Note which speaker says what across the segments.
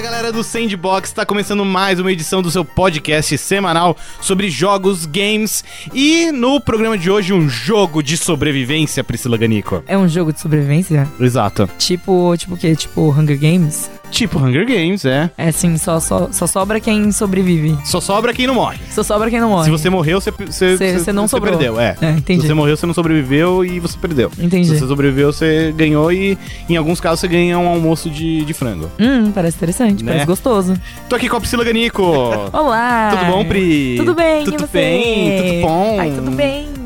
Speaker 1: galera do Sandbox, está começando mais uma edição do seu podcast semanal sobre jogos, games e no programa de hoje um jogo de sobrevivência, Priscila Ganico.
Speaker 2: É um jogo de sobrevivência?
Speaker 1: Exato.
Speaker 2: Tipo, tipo o quê? Tipo Hunger Games?
Speaker 1: Tipo Hunger Games, é.
Speaker 2: É assim, só, só, só sobra quem sobrevive.
Speaker 1: Só sobra quem não morre.
Speaker 2: Só sobra quem não morre.
Speaker 1: Se você morreu, você, você,
Speaker 2: Você- você não sobrou.
Speaker 1: perdeu, é.
Speaker 2: É, entendi.
Speaker 1: Se você morreu, você não sobreviveu e você perdeu.
Speaker 2: Entendi.
Speaker 1: Se você sobreviveu, você ganhou e em alguns casos você ganha um almoço de, de frango.
Speaker 2: Hum, parece interessante,
Speaker 1: Né?
Speaker 2: parece gostoso.
Speaker 1: Tô aqui com a Priscila Ganico.
Speaker 2: Olá!
Speaker 1: Tudo bom, Pri?
Speaker 2: Tudo bem, e
Speaker 1: Tudo
Speaker 2: você?
Speaker 1: bem, tudo bom.
Speaker 2: Ai, tudo bem.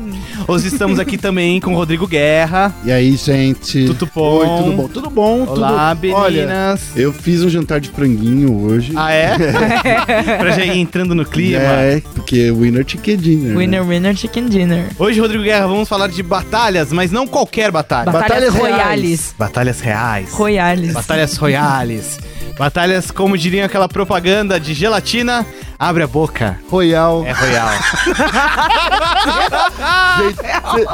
Speaker 1: Hoje estamos aqui também com o Rodrigo Guerra.
Speaker 3: E aí, gente?
Speaker 1: Tudo bom?
Speaker 3: Oi, tudo bom? Tudo bom?
Speaker 1: Olá,
Speaker 3: tudo... Olha,
Speaker 1: meninas.
Speaker 3: eu fiz um jantar de franguinho hoje.
Speaker 1: Ah, é? pra já ir entrando no clima.
Speaker 3: É, porque winner ticket
Speaker 1: Hum.
Speaker 3: dinner.
Speaker 2: Winner, winner, chicken dinner.
Speaker 1: Hoje, Rodrigo Guerra, vamos falar de batalhas, mas não qualquer batalha.
Speaker 3: Batalhas
Speaker 2: royales.
Speaker 1: batalhas reais.
Speaker 2: Royales.
Speaker 1: Batalhas royales. Batalhas, como diriam aquela propaganda de gelatina, abre a boca.
Speaker 3: Né? Royal.
Speaker 1: É royal.
Speaker 3: Gente, cê-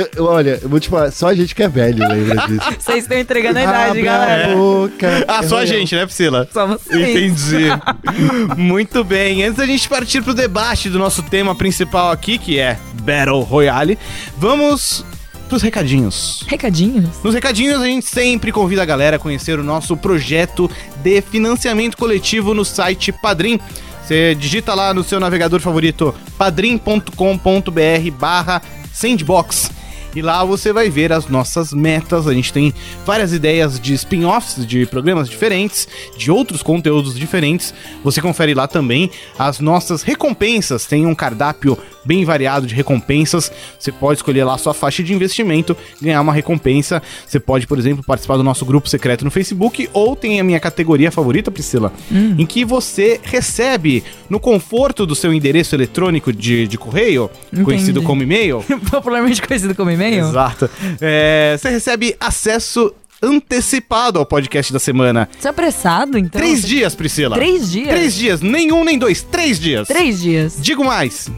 Speaker 3: eu- eu- olha, eu vou te falar, só a gente que é velho lembra disso.
Speaker 2: Vocês estão entregando a idade,
Speaker 3: Abre
Speaker 2: galera.
Speaker 3: a boca.
Speaker 1: ah,
Speaker 3: É
Speaker 1: só a
Speaker 3: royal.
Speaker 1: gente, né, Priscila?
Speaker 2: Só vocês.
Speaker 1: Entendi. Muito bem, antes da gente partir pro debate do nosso tema principal aqui, que é Battle Royale, vamos pros recadinhos.
Speaker 2: Recadinhos?
Speaker 1: Nos recadinhos, a gente sempre convida a galera a conhecer o nosso projeto de financiamento coletivo no site Padrim. Você digita lá no seu navegador favorito padrim.com.br barra sandbox. E lá você vai ver as nossas metas. A gente tem várias ideias de spin-offs de programas diferentes, de outros conteúdos diferentes. Você confere lá também as nossas recompensas. Tem um cardápio bem variado de recompensas. Você pode escolher lá a sua faixa de investimento, ganhar uma recompensa. Você pode, por exemplo, participar do nosso grupo secreto no Facebook ou tem a minha categoria favorita, Priscila,
Speaker 2: Hum.
Speaker 1: em que você recebe no conforto do seu endereço eletrônico de, de correio,
Speaker 2: Entendi.
Speaker 1: conhecido como e-mail.
Speaker 2: Popularmente conhecido como e-mail?
Speaker 1: Exato. É, você recebe acesso antecipado ao podcast da semana.
Speaker 2: Você é apressado, então?
Speaker 1: Três
Speaker 2: Você-
Speaker 1: dias, Priscila.
Speaker 2: Três dias?
Speaker 1: Três dias. Nem um, nem dois. Três dias.
Speaker 2: Três dias.
Speaker 1: Digo mais.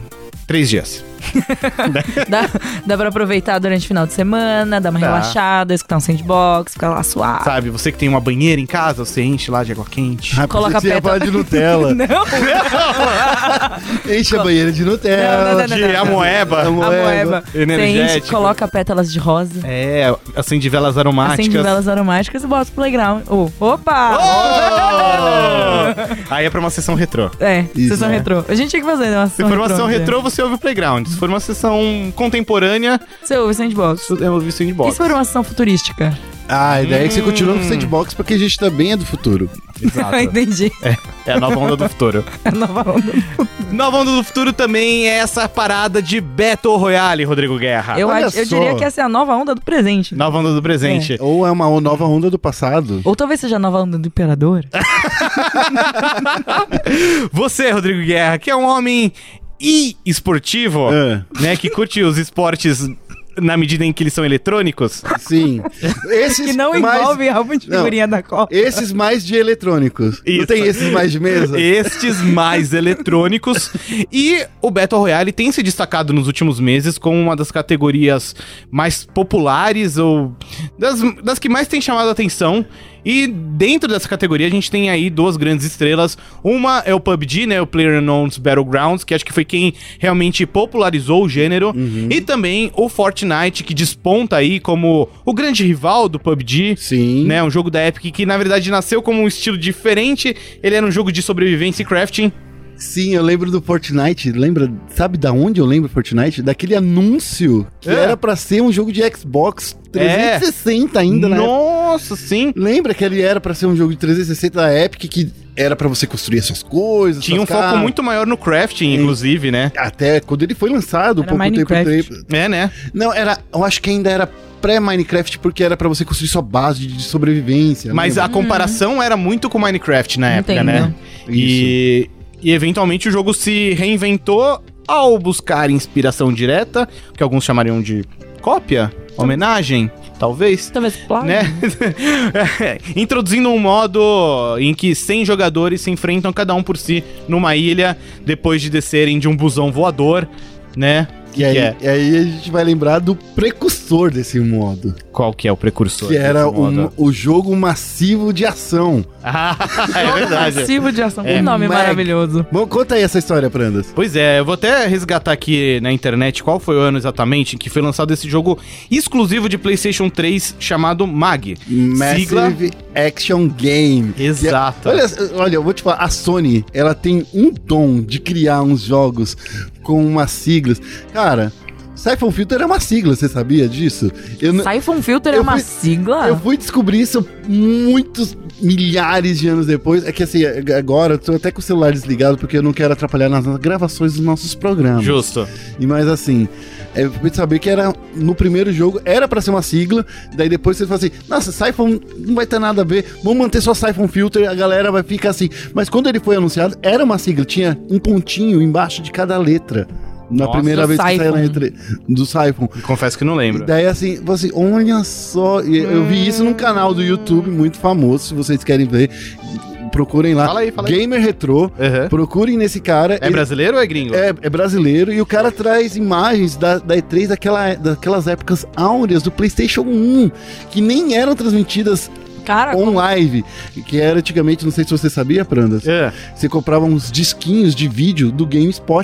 Speaker 1: Três dias.
Speaker 2: Dá, dá pra aproveitar durante o final de semana, dar uma
Speaker 1: Dá.
Speaker 2: relaxada, escutar um sandbox, ficar lá suave.
Speaker 1: Sabe, você que tem uma banheira em casa, você enche lá de água quente.
Speaker 3: Ah,
Speaker 2: Coloca a
Speaker 3: Coloca a
Speaker 2: peta-
Speaker 3: falar de Nutella.
Speaker 2: Não,
Speaker 3: Enche a banheira de Nutella.
Speaker 2: Não, não, não,
Speaker 1: de
Speaker 2: não, não.
Speaker 1: amoeba.
Speaker 2: a moeba.
Speaker 1: energético.
Speaker 2: Sente, coloca pétalas de rosa,
Speaker 1: É, acende velas aromáticas.
Speaker 2: acende velas aromáticas e bota pro playground. Oh,
Speaker 1: Oh!
Speaker 2: opa!
Speaker 1: Aí é pra uma sessão retrô.
Speaker 2: É,
Speaker 3: Isso,
Speaker 2: sessão
Speaker 3: né?
Speaker 2: retrô. A gente tinha que fazer uma
Speaker 1: Se
Speaker 2: sessão
Speaker 1: for uma sessão
Speaker 2: um dia.
Speaker 1: retrô, você ouve o Playground. Se for uma sessão contemporânea,
Speaker 2: Você ouve né? sandbox.
Speaker 1: eu ouvi o
Speaker 2: E
Speaker 1: Sandbox.
Speaker 2: se for uma sessão futurística?
Speaker 3: Ah, a ideia é que você
Speaker 1: Hum.
Speaker 3: continua com o sandbox porque a gente também é do futuro.
Speaker 1: Exato.
Speaker 2: Entendi.
Speaker 1: É a nova onda do futuro.
Speaker 2: É a nova onda.
Speaker 1: Nova Onda do Futuro também é essa parada de Battle Royale, Rodrigo Guerra.
Speaker 2: Eu,
Speaker 3: Ah, olha
Speaker 2: ad- eu
Speaker 3: só.
Speaker 2: diria que essa é a nova onda do presente.
Speaker 1: Nova Onda do Presente.
Speaker 3: Ou é uma nova onda do passado.
Speaker 2: Ou talvez seja a nova onda do imperador.
Speaker 1: Você, Rodrigo Guerra, que é um homem e esportivo,
Speaker 3: É.
Speaker 1: né? Que curte os esportes na medida em que eles são eletrônicos.
Speaker 3: Sim. Esses
Speaker 2: Que não
Speaker 3: mais-
Speaker 2: envolve álbum de
Speaker 3: Não.
Speaker 2: figurinha da Copa.
Speaker 3: Esses mais de eletrônicos.
Speaker 1: Isso.
Speaker 3: Não tem esses mais de mesa?
Speaker 1: Estes mais eletrônicos. E o Battle Royale tem se destacado nos últimos meses como uma das categorias mais populares ou das, das que mais tem chamado a atenção. E dentro dessa categoria a gente tem aí duas grandes estrelas. Uma é o PUBG, né? O PlayerUnknown's Battlegrounds, que acho que foi quem realmente popularizou o gênero. E também o Fortnite, que desponta aí como o grande rival do PUBG
Speaker 3: Sim.
Speaker 1: né? Um jogo da Epic que, na verdade, nasceu como um estilo diferente. Ele era um jogo de sobrevivência e crafting.
Speaker 3: Sim, eu lembro do Fortnite. Lembra? Sabe da onde eu lembro do Fortnite? Daquele anúncio que
Speaker 1: É.
Speaker 3: era pra ser um jogo de Xbox 360 ainda, né?
Speaker 1: Nossa, sim.
Speaker 3: Lembra que ele era pra ser um jogo de 360 da Epic que era pra você construir as suas coisas?
Speaker 1: Tinha
Speaker 3: suas
Speaker 1: um foco
Speaker 3: casas.
Speaker 1: muito maior no crafting, inclusive, né?
Speaker 3: Até quando ele foi lançado,
Speaker 2: Era
Speaker 3: pouco
Speaker 2: Minecraft.
Speaker 3: tempo. tempo-
Speaker 1: É, né?
Speaker 3: Não, era. Eu acho que ainda era pré-Minecraft porque era pra você construir sua base de sobrevivência.
Speaker 1: Mas a comparação era muito com Minecraft na época,
Speaker 2: Entendo.
Speaker 1: né? E, e eventualmente o jogo se reinventou ao buscar inspiração direta, que alguns chamariam de cópia, homenagem, talvez.
Speaker 2: Talvez plágio.
Speaker 1: né? É, Introduzindo um modo em que 100 jogadores se enfrentam cada um por si numa ilha depois de descerem de um busão voador, né?
Speaker 3: E aí,
Speaker 1: que é?
Speaker 3: e aí a gente vai lembrar do precursor precursor desse modo.
Speaker 1: Qual que é o precursor?
Speaker 3: que era
Speaker 1: desse modo?
Speaker 3: um- o jogo massivo de ação.
Speaker 1: Ah, é verdade.
Speaker 2: Massivo de ação.
Speaker 1: É,
Speaker 2: um nome
Speaker 3: Mag-
Speaker 2: maravilhoso.
Speaker 3: Bom, conta aí essa história, Prandas.
Speaker 1: Pois é, eu vou até resgatar aqui na internet qual foi o ano exatamente em que foi lançado esse jogo exclusivo de PlayStation 3 chamado MAG. Sigla. Tá.
Speaker 3: Massive Action Game.
Speaker 1: Exato.
Speaker 3: Olha, olha, eu vou te falar, a Sony, ela tem um dom de criar uns jogos com umas siglas. Cara, Siphon Filter é uma sigla, você sabia disso? Eu, n-
Speaker 2: Siphon Filter é
Speaker 3: eu
Speaker 2: uma
Speaker 3: fui-
Speaker 2: sigla?
Speaker 3: eu fui descobrir isso muitos milhares de anos depois. É que assim, ag- agora eu tô até com o celular desligado porque eu não quero atrapalhar nas gravações dos nossos programas.
Speaker 1: Justo.
Speaker 3: E mais assim, é, eu fui saber que era no primeiro jogo, era pra ser uma sigla, daí depois você fala assim, nossa, Siphon não vai ter nada a ver, vamos manter só Siphon Filter, a galera vai ficar assim. Mas quando ele foi anunciado, era uma sigla, tinha um pontinho embaixo de cada letra. Na
Speaker 1: Nossa,
Speaker 3: primeira
Speaker 2: do
Speaker 3: vez que saiu na
Speaker 2: Siphon.
Speaker 3: letra do Siphon.
Speaker 1: Confesso que não
Speaker 3: E
Speaker 1: lembro.
Speaker 3: daí assim, eu falei assim, olha só, e eu vi isso num canal do YouTube muito famoso, se vocês querem ver, procurem lá.
Speaker 1: Fala aí, fala aí.
Speaker 3: Gamer Retro,
Speaker 1: Aham.
Speaker 3: procurem nesse cara.
Speaker 1: É
Speaker 3: ele-
Speaker 1: brasileiro ou é gringo?
Speaker 3: é, é brasileiro e o cara traz imagens da, da E3 daquela, daquelas épocas áureas do PlayStation 1, que nem eram transmitidas
Speaker 2: Cara,
Speaker 3: on live, que era antigamente, não sei se você sabia, Prandas,
Speaker 1: É.
Speaker 3: você comprava uns disquinhos de vídeo do GameSpot.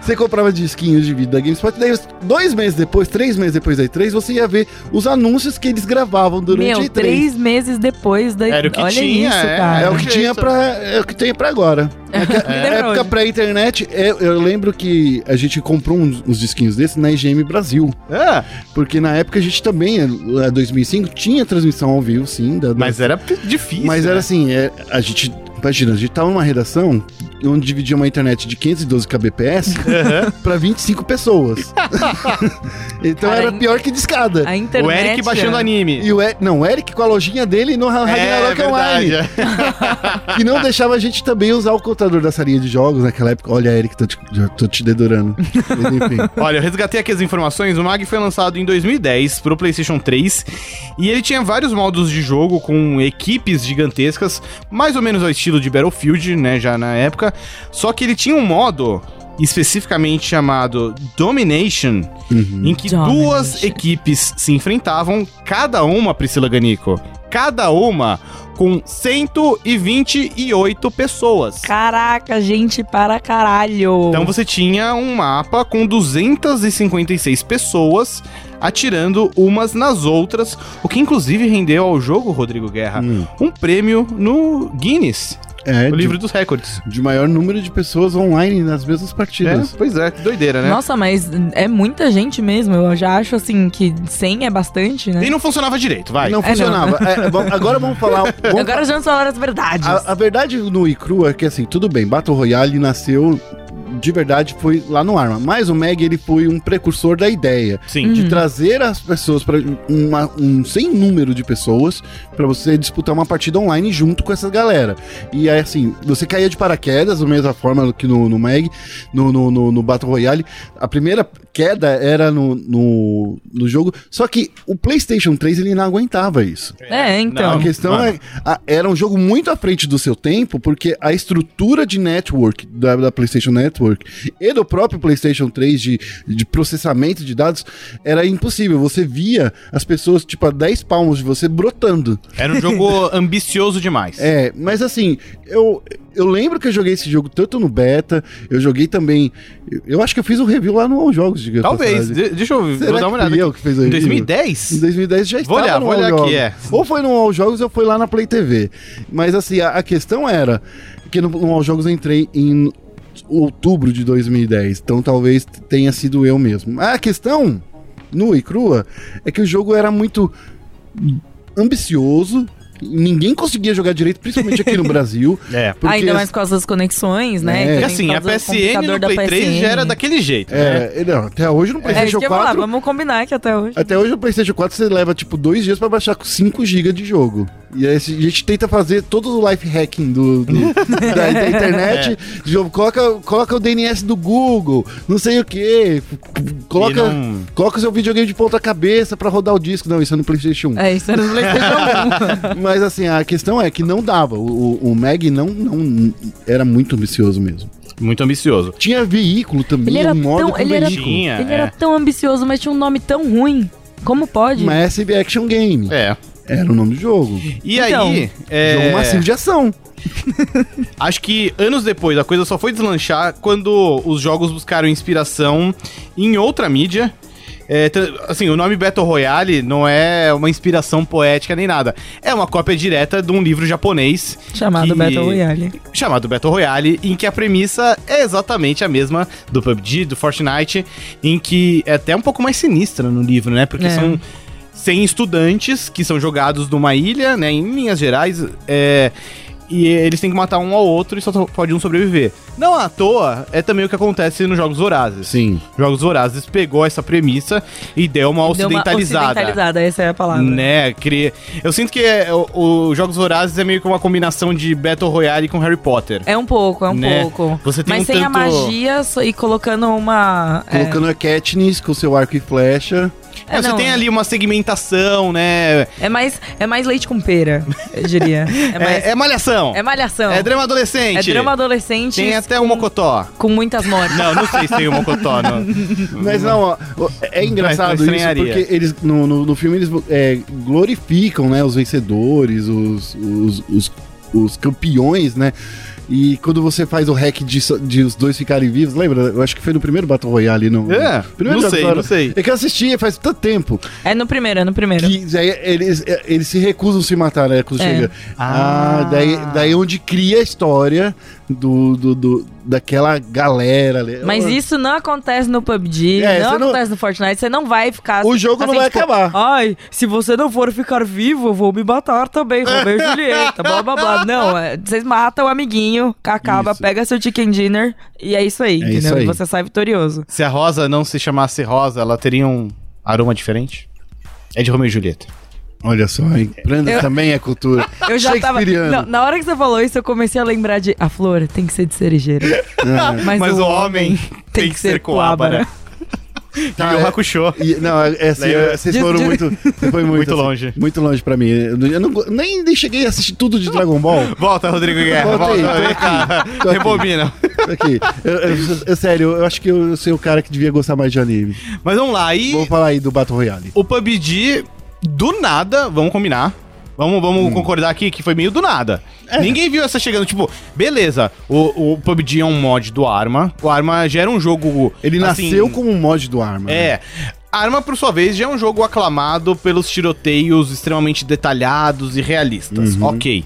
Speaker 3: você comprava disquinhos de vídeo da GameSpot, daí dois meses depois, três meses depois da E3, você ia ver os anúncios que eles gravavam durante a
Speaker 2: meu,
Speaker 3: E3.
Speaker 2: três meses depois da...
Speaker 1: Era o que
Speaker 2: Olha
Speaker 1: tinha,
Speaker 2: isso,
Speaker 1: é.
Speaker 2: cara.
Speaker 3: É o que
Speaker 1: Jeito.
Speaker 3: tinha pra. É o que tem pra agora. É que-
Speaker 2: Me lembra
Speaker 3: época
Speaker 2: hoje.
Speaker 3: pré-internet, eu, eu lembro que a gente comprou uns, uns disquinhos desses na IGM Brasil.
Speaker 1: É,
Speaker 3: Porque na época a gente também, é, lá 2005, tinha transmissão ao vivo, sim. da- da-
Speaker 1: mas era p- difícil.
Speaker 3: mas era
Speaker 1: né?
Speaker 3: assim, é, a gente. Imagina, a gente tava numa redação onde dividia uma internet de 512 kbps pra 25 pessoas. então
Speaker 2: Cara,
Speaker 3: era
Speaker 2: in-
Speaker 3: pior que discada.
Speaker 2: A internet...
Speaker 1: O Eric baixando
Speaker 2: é.
Speaker 1: anime.
Speaker 3: E o Eric, não, o Eric com a lojinha dele no Ragnarok um Online.
Speaker 1: é.
Speaker 3: E não deixava a gente também usar o contador da salinha de jogos naquela época. Olha, Eric, tô te, já tô te dedurando. Mas, enfim.
Speaker 1: Olha, eu resgatei aqui as informações. O Mag foi lançado em 2010 pro PlayStation 3 e ele tinha vários modos de jogo com equipes gigantescas, mais ou menos ao estilo de Battlefield, né, já na época. Só que ele tinha um modo especificamente chamado Domination,
Speaker 3: Uhum.
Speaker 1: em que
Speaker 2: Domination.
Speaker 1: duas equipes se enfrentavam, cada uma, Priscila Ganico, cada uma com 128 pessoas.
Speaker 2: Caraca, gente, para caralho.
Speaker 1: Então você tinha um mapa com 256 pessoas atirando umas nas outras, o que inclusive rendeu ao jogo, Rodrigo Guerra,
Speaker 3: Hum.
Speaker 1: um prêmio no Guinness,
Speaker 3: É,
Speaker 1: o
Speaker 3: de,
Speaker 1: livro dos recordes.
Speaker 3: de maior número de pessoas online nas mesmas
Speaker 1: É,
Speaker 3: partidas.
Speaker 1: pois é, que doideira, né?
Speaker 2: Nossa, mas é muita gente mesmo. Eu já acho, assim, que 100 é bastante, né?
Speaker 1: E não funcionava direito, vai.
Speaker 3: Não
Speaker 2: É, não.
Speaker 3: funcionava. É, bom, agora vamos falar. vamos
Speaker 2: Agora já não falaram as verdades.
Speaker 3: A, a verdade no Icru é que, assim, tudo bem, Battle Royale nasceu de verdade, foi lá no Arma. Mas o Meg, ele foi um precursor da ideia
Speaker 2: Hum.
Speaker 1: Sim, Então,
Speaker 3: de trazer as pessoas para um sem número de pessoas para você disputar uma partida online junto com essa galera. E aí, assim, você caía de paraquedas, da mesma forma que no, no Meg, no, no, no- no Battle Royale. A primeira queda era no, no, no jogo, só que o PlayStation 3 ele não aguentava isso.
Speaker 2: É, então.
Speaker 1: Não,
Speaker 3: A questão
Speaker 1: mano.
Speaker 3: é. a- era um jogo muito à frente do seu tempo, porque a estrutura de network da, da PlayStation Network e do próprio PlayStation 3 de, de processamento de dados era impossível. Você via as pessoas, tipo, a 10 palmos de você brotando.
Speaker 1: Era um jogo ambicioso demais.
Speaker 3: É, mas assim, eu, eu lembro que eu joguei esse jogo tanto no beta, eu joguei também. Eu, eu acho que eu fiz um review lá no All Jogos, diga
Speaker 1: Talvez,
Speaker 3: Será
Speaker 1: de- deixa eu vou
Speaker 3: que
Speaker 1: dar uma
Speaker 3: fui
Speaker 1: olhada. aqui.
Speaker 3: eu que fez o
Speaker 1: Em
Speaker 3: review?
Speaker 1: 2010?
Speaker 3: Em 2010 já
Speaker 1: Vou
Speaker 3: estava
Speaker 1: olhar,
Speaker 3: no
Speaker 1: vou
Speaker 3: All
Speaker 1: olhar aqui,
Speaker 3: Jogos.
Speaker 1: é.
Speaker 3: Ou foi no All Jogos ou foi lá na Play TV. Mas assim, a, a questão era que no, no All Jogos eu entrei em outubro de 2010, então talvez tenha sido eu mesmo. A questão nua e crua é que o jogo era muito ambicioso, ninguém conseguia jogar direito, principalmente aqui no Brasil.
Speaker 1: É.
Speaker 3: porque-
Speaker 2: Ainda mais por causa das conexões,
Speaker 3: É.
Speaker 2: né?
Speaker 1: Porque
Speaker 2: Também
Speaker 1: assim,
Speaker 2: por
Speaker 1: a
Speaker 2: causa do
Speaker 1: PSN
Speaker 2: computador
Speaker 1: no
Speaker 2: da
Speaker 1: Play 3
Speaker 2: PSN.
Speaker 1: já era daquele jeito. né?
Speaker 3: É, não, até hoje no
Speaker 2: É, isso
Speaker 3: PlayStation
Speaker 2: que eu ia falar,
Speaker 3: 4
Speaker 2: vamos combinar que até
Speaker 1: É.
Speaker 2: hoje.
Speaker 3: Até hoje o PlayStation 4 você leva tipo dois dias pra baixar com 5 GB de jogo. E aí a gente tenta fazer todo o life hacking do, do- da, da internet.
Speaker 1: É.
Speaker 3: Jogo, coloca, coloca o DNS do Google, não sei o quê. Coloca,
Speaker 1: E não-
Speaker 3: coloca o seu videogame de ponta-cabeça pra rodar o disco. Não, isso é no PlayStation 1.
Speaker 2: É, isso era no PlayStation 1.
Speaker 3: Mas assim, a questão é que não dava. O, o, o Mag não, não era muito ambicioso mesmo.
Speaker 1: Muito ambicioso.
Speaker 3: Tinha veículo também,
Speaker 2: Ele era
Speaker 3: um modo
Speaker 2: tão-
Speaker 3: com
Speaker 2: ele era-
Speaker 3: veículo.
Speaker 1: Tinha,
Speaker 2: Ele
Speaker 1: é.
Speaker 2: era tão ambicioso, mas tinha um nome tão ruim. Como pode?
Speaker 3: Uma SB Action Game.
Speaker 1: É.
Speaker 3: Era o nome do jogo.
Speaker 1: E
Speaker 2: Então,
Speaker 1: aí, é,
Speaker 3: Jogo massivo de ação.
Speaker 1: acho que anos depois a coisa só foi deslanchar quando os jogos buscaram inspiração em outra mídia. É, tra- assim, o nome Battle Royale não é uma inspiração poética nem nada. É uma cópia direta de um livro japonês
Speaker 2: Chamado
Speaker 1: que-
Speaker 2: Battle Royale.
Speaker 1: chamado Battle Royale, em que a premissa é exatamente a mesma do PUBG, do Fortnite, em que é até um pouco mais sinistra no livro, né? Porque
Speaker 2: É.
Speaker 1: são 100 estudantes que são jogados numa ilha, né? Em Minas Gerais, é, E eles têm que matar um ao outro e só to- pode um sobreviver. Não à toa, é também o que acontece nos Jogos Vorazes.
Speaker 3: Sim.
Speaker 1: Jogos Vorazes pegou essa premissa e deu uma
Speaker 2: Deu uma
Speaker 1: ocidentalizada.
Speaker 2: ocidentalizada, essa é a palavra.
Speaker 1: Né, cria... Eu sinto que é, o, o Jogos Vorazes é meio que uma combinação de Battle Royale com Harry Potter.
Speaker 2: É um pouco, é um
Speaker 1: Né?
Speaker 2: pouco.
Speaker 1: Você tem
Speaker 2: Mas
Speaker 1: um
Speaker 2: sem a
Speaker 1: tanto-
Speaker 2: magia só- e colocando uma. é,
Speaker 3: Colocando a Katniss com seu arco e flecha.
Speaker 1: É,
Speaker 2: É,
Speaker 1: você
Speaker 2: não.
Speaker 1: tem ali uma segmentação, né?
Speaker 2: É mais, é mais leite com pera, eu diria. É
Speaker 1: É,
Speaker 2: mais.
Speaker 1: é malhação.
Speaker 2: É,
Speaker 1: É,
Speaker 2: malhação. É,
Speaker 1: drama adolescente.
Speaker 2: drama adolescente.
Speaker 1: Tem até o Mocotó.
Speaker 2: Com muitas mortes.
Speaker 1: Não, não sei se tem o Mocotó. não.
Speaker 3: Mas não, ó, é engraçado
Speaker 1: Mas Uhum. eu
Speaker 3: isso
Speaker 1: estranharia.
Speaker 3: porque eles no, no, no filme eles é, glorificam, né, os vencedores, os, os, os, os campeões, né? E quando você faz o hack de, só- de os dois ficarem vivos, lembra? Eu acho que foi no primeiro Battle Royale, não?
Speaker 1: É,
Speaker 3: primeiro
Speaker 1: não
Speaker 3: Battle
Speaker 1: sei,
Speaker 3: Royale.
Speaker 1: não sei.
Speaker 3: É que eu assisti faz tanto tempo
Speaker 2: É no primeiro, é no primeiro.
Speaker 3: que daí eles, é, eles se recusam a se matar, né? Quando
Speaker 2: É.
Speaker 3: chega.
Speaker 1: Ah.
Speaker 3: Ah, daí, daí onde cria a história do, do, do- daquela galera. ali.
Speaker 2: Mas
Speaker 3: Eu-
Speaker 2: isso não acontece no PUBG,
Speaker 3: É,
Speaker 2: não
Speaker 3: você não-
Speaker 2: acontece no Fortnite, você não vai ficar.
Speaker 3: O jogo
Speaker 2: assim,
Speaker 3: não vai
Speaker 2: tipo,
Speaker 3: acabar.
Speaker 2: Ai, se você não for ficar vivo, eu vou me matar também, Romeu e Julieta, blá blá blá. Não, é, vocês matam o amiguinho, acaba,
Speaker 3: Isso.
Speaker 2: pega seu chicken dinner e é isso aí, entendeu?
Speaker 3: isso aí.
Speaker 2: E você sai vitorioso.
Speaker 1: Se a Rosa não se chamasse Rosa, ela teria um aroma diferente? É de Romeo e Julieta.
Speaker 3: Olha só, hein? Prenda
Speaker 2: Eu-
Speaker 3: também é cultura.
Speaker 2: Eu já tava.
Speaker 3: Shakespeareano.
Speaker 2: Não, na hora que você falou isso, eu comecei a lembrar de. A flor tem que ser de cerejeira.
Speaker 3: Ah,
Speaker 2: É. Mas, o homem tem que, ser
Speaker 1: né?
Speaker 2: né? coábara.
Speaker 3: tá,
Speaker 1: e o
Speaker 3: é-
Speaker 1: Hakusho.
Speaker 3: e- não, é- é assim,
Speaker 1: Daí eu-
Speaker 3: é, vocês
Speaker 2: de-
Speaker 3: foram
Speaker 2: de-
Speaker 3: muito. Você foi muito,
Speaker 1: Muito
Speaker 3: assim,
Speaker 1: longe.
Speaker 3: Muito longe pra mim. Eu, eu não, go- nem nem cheguei a assistir tudo de Dragon Ball.
Speaker 1: Volta, Rodrigo Guerra.
Speaker 3: Volta aí,
Speaker 1: É, Volta, né?
Speaker 3: tô
Speaker 1: vem cá.
Speaker 3: tô aqui.
Speaker 1: Rebobina.
Speaker 3: Aqui. Eu, eu- eu- sério, eu acho que eu, eu sei o cara que devia gostar mais de anime.
Speaker 1: Mas vamos lá. E
Speaker 3: Vou falar aí do Battle Royale.
Speaker 1: o PUBG, do nada, vamos combinar. Vamos, vamos
Speaker 3: Hum.
Speaker 1: concordar aqui que foi meio do nada.
Speaker 3: É.
Speaker 1: Ninguém viu essa chegando. Tipo, beleza, o, o PUBG é um mod do Arma. O Arma já era um jogo.
Speaker 3: Ele
Speaker 1: assim,
Speaker 3: nasceu como um mod do Arma.
Speaker 1: É. Arma, por sua vez, já é um jogo aclamado pelos tiroteios extremamente detalhados e realistas.
Speaker 3: Uhum.
Speaker 1: Ok.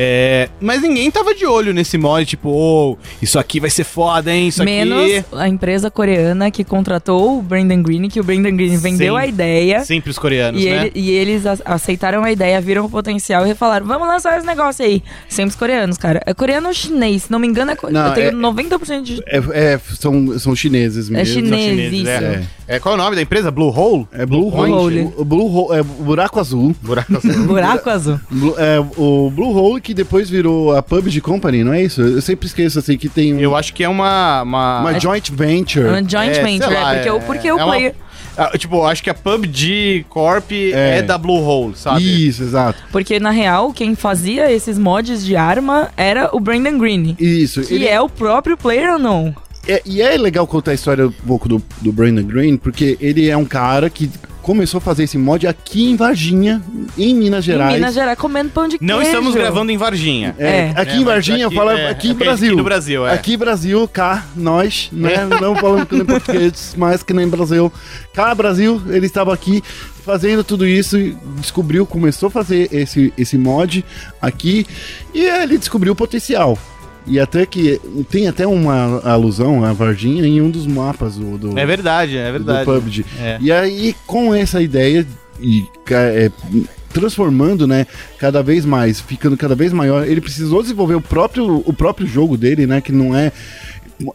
Speaker 1: É, mas ninguém tava de olho nesse mod, tipo, oh, isso aqui vai ser foda, hein? Isso
Speaker 2: Menos
Speaker 1: aqui.
Speaker 2: a empresa coreana que contratou o Brandon Green, que o Brandon Green vendeu
Speaker 1: Sim.
Speaker 2: a ideia.
Speaker 1: Sempre os coreanos,
Speaker 2: E,
Speaker 1: né?
Speaker 2: ele- e eles a- aceitaram a ideia, viram o potencial e falaram: vamos lançar esse negócio aí. Sempre os coreanos, cara. É coreano ou chinês, se não me engano, é co-
Speaker 3: Não,
Speaker 2: eu tenho
Speaker 3: é-
Speaker 2: 90% de.
Speaker 3: É- é, são, são chineses mesmo.
Speaker 2: É chinês,
Speaker 1: chineses,
Speaker 2: isso.
Speaker 1: é. É, qual é o nome da empresa? Blue Hole?
Speaker 3: É Blue
Speaker 2: Blue Hole.
Speaker 3: Hole. O- o Blue Hole é buraco azul.
Speaker 1: Buraco
Speaker 2: Buraco azul.
Speaker 3: Blue- é, o Blue Hole que depois virou a PUBG Company, não é isso? Eu sempre esqueço assim que tem um-
Speaker 1: Eu acho que é uma. uma...
Speaker 3: uma joint venture.
Speaker 2: É um
Speaker 1: É,
Speaker 2: joint
Speaker 1: sei
Speaker 2: venture,
Speaker 1: lá,
Speaker 2: é, porque, o-
Speaker 1: é-
Speaker 2: porque o
Speaker 1: é uma-
Speaker 2: player.
Speaker 1: Ah, tipo, acho que a PUBG Corp é,
Speaker 3: É.
Speaker 1: da Blue Hole, sabe?
Speaker 3: Isso, exato.
Speaker 2: Porque na real, quem fazia esses mods de arma era o Brandon Green.
Speaker 3: Isso.
Speaker 2: Que
Speaker 3: Ele-
Speaker 2: é o próprio player ou não?
Speaker 3: é- e é legal contar a história um pouco do, do Brandon Green, porque ele é um cara que começou a fazer esse mod aqui em Varginha, em Minas Gerais.
Speaker 2: Em Minas Gerais comendo pão de queijo.
Speaker 1: Não estamos gravando em Varginha.
Speaker 2: É.
Speaker 3: É, Aqui
Speaker 1: É,
Speaker 3: em
Speaker 1: mas
Speaker 3: Varginha,
Speaker 1: aqui-
Speaker 3: fala
Speaker 1: é,
Speaker 3: aqui em
Speaker 1: aqui-
Speaker 3: Brasil.
Speaker 1: aqui no Brasil, é.
Speaker 3: Aqui Brasil, cá, nós, né? Não falando que nem português, mas que nem Brasil. Cá, Brasil, ele estava aqui fazendo tudo isso, e descobriu, começou a fazer esse, esse mod aqui e ele descobriu o potencial. E até que tem até uma alusão à Varginha em um dos mapas do, do,
Speaker 1: É verdade, é
Speaker 3: do
Speaker 1: verdade.
Speaker 3: PUBG.
Speaker 1: É.
Speaker 3: E aí, com essa ideia e ca- é, transformando, né, cada vez mais, ficando cada vez maior, ele precisou desenvolver o próprio, o próprio jogo dele, né, que não é...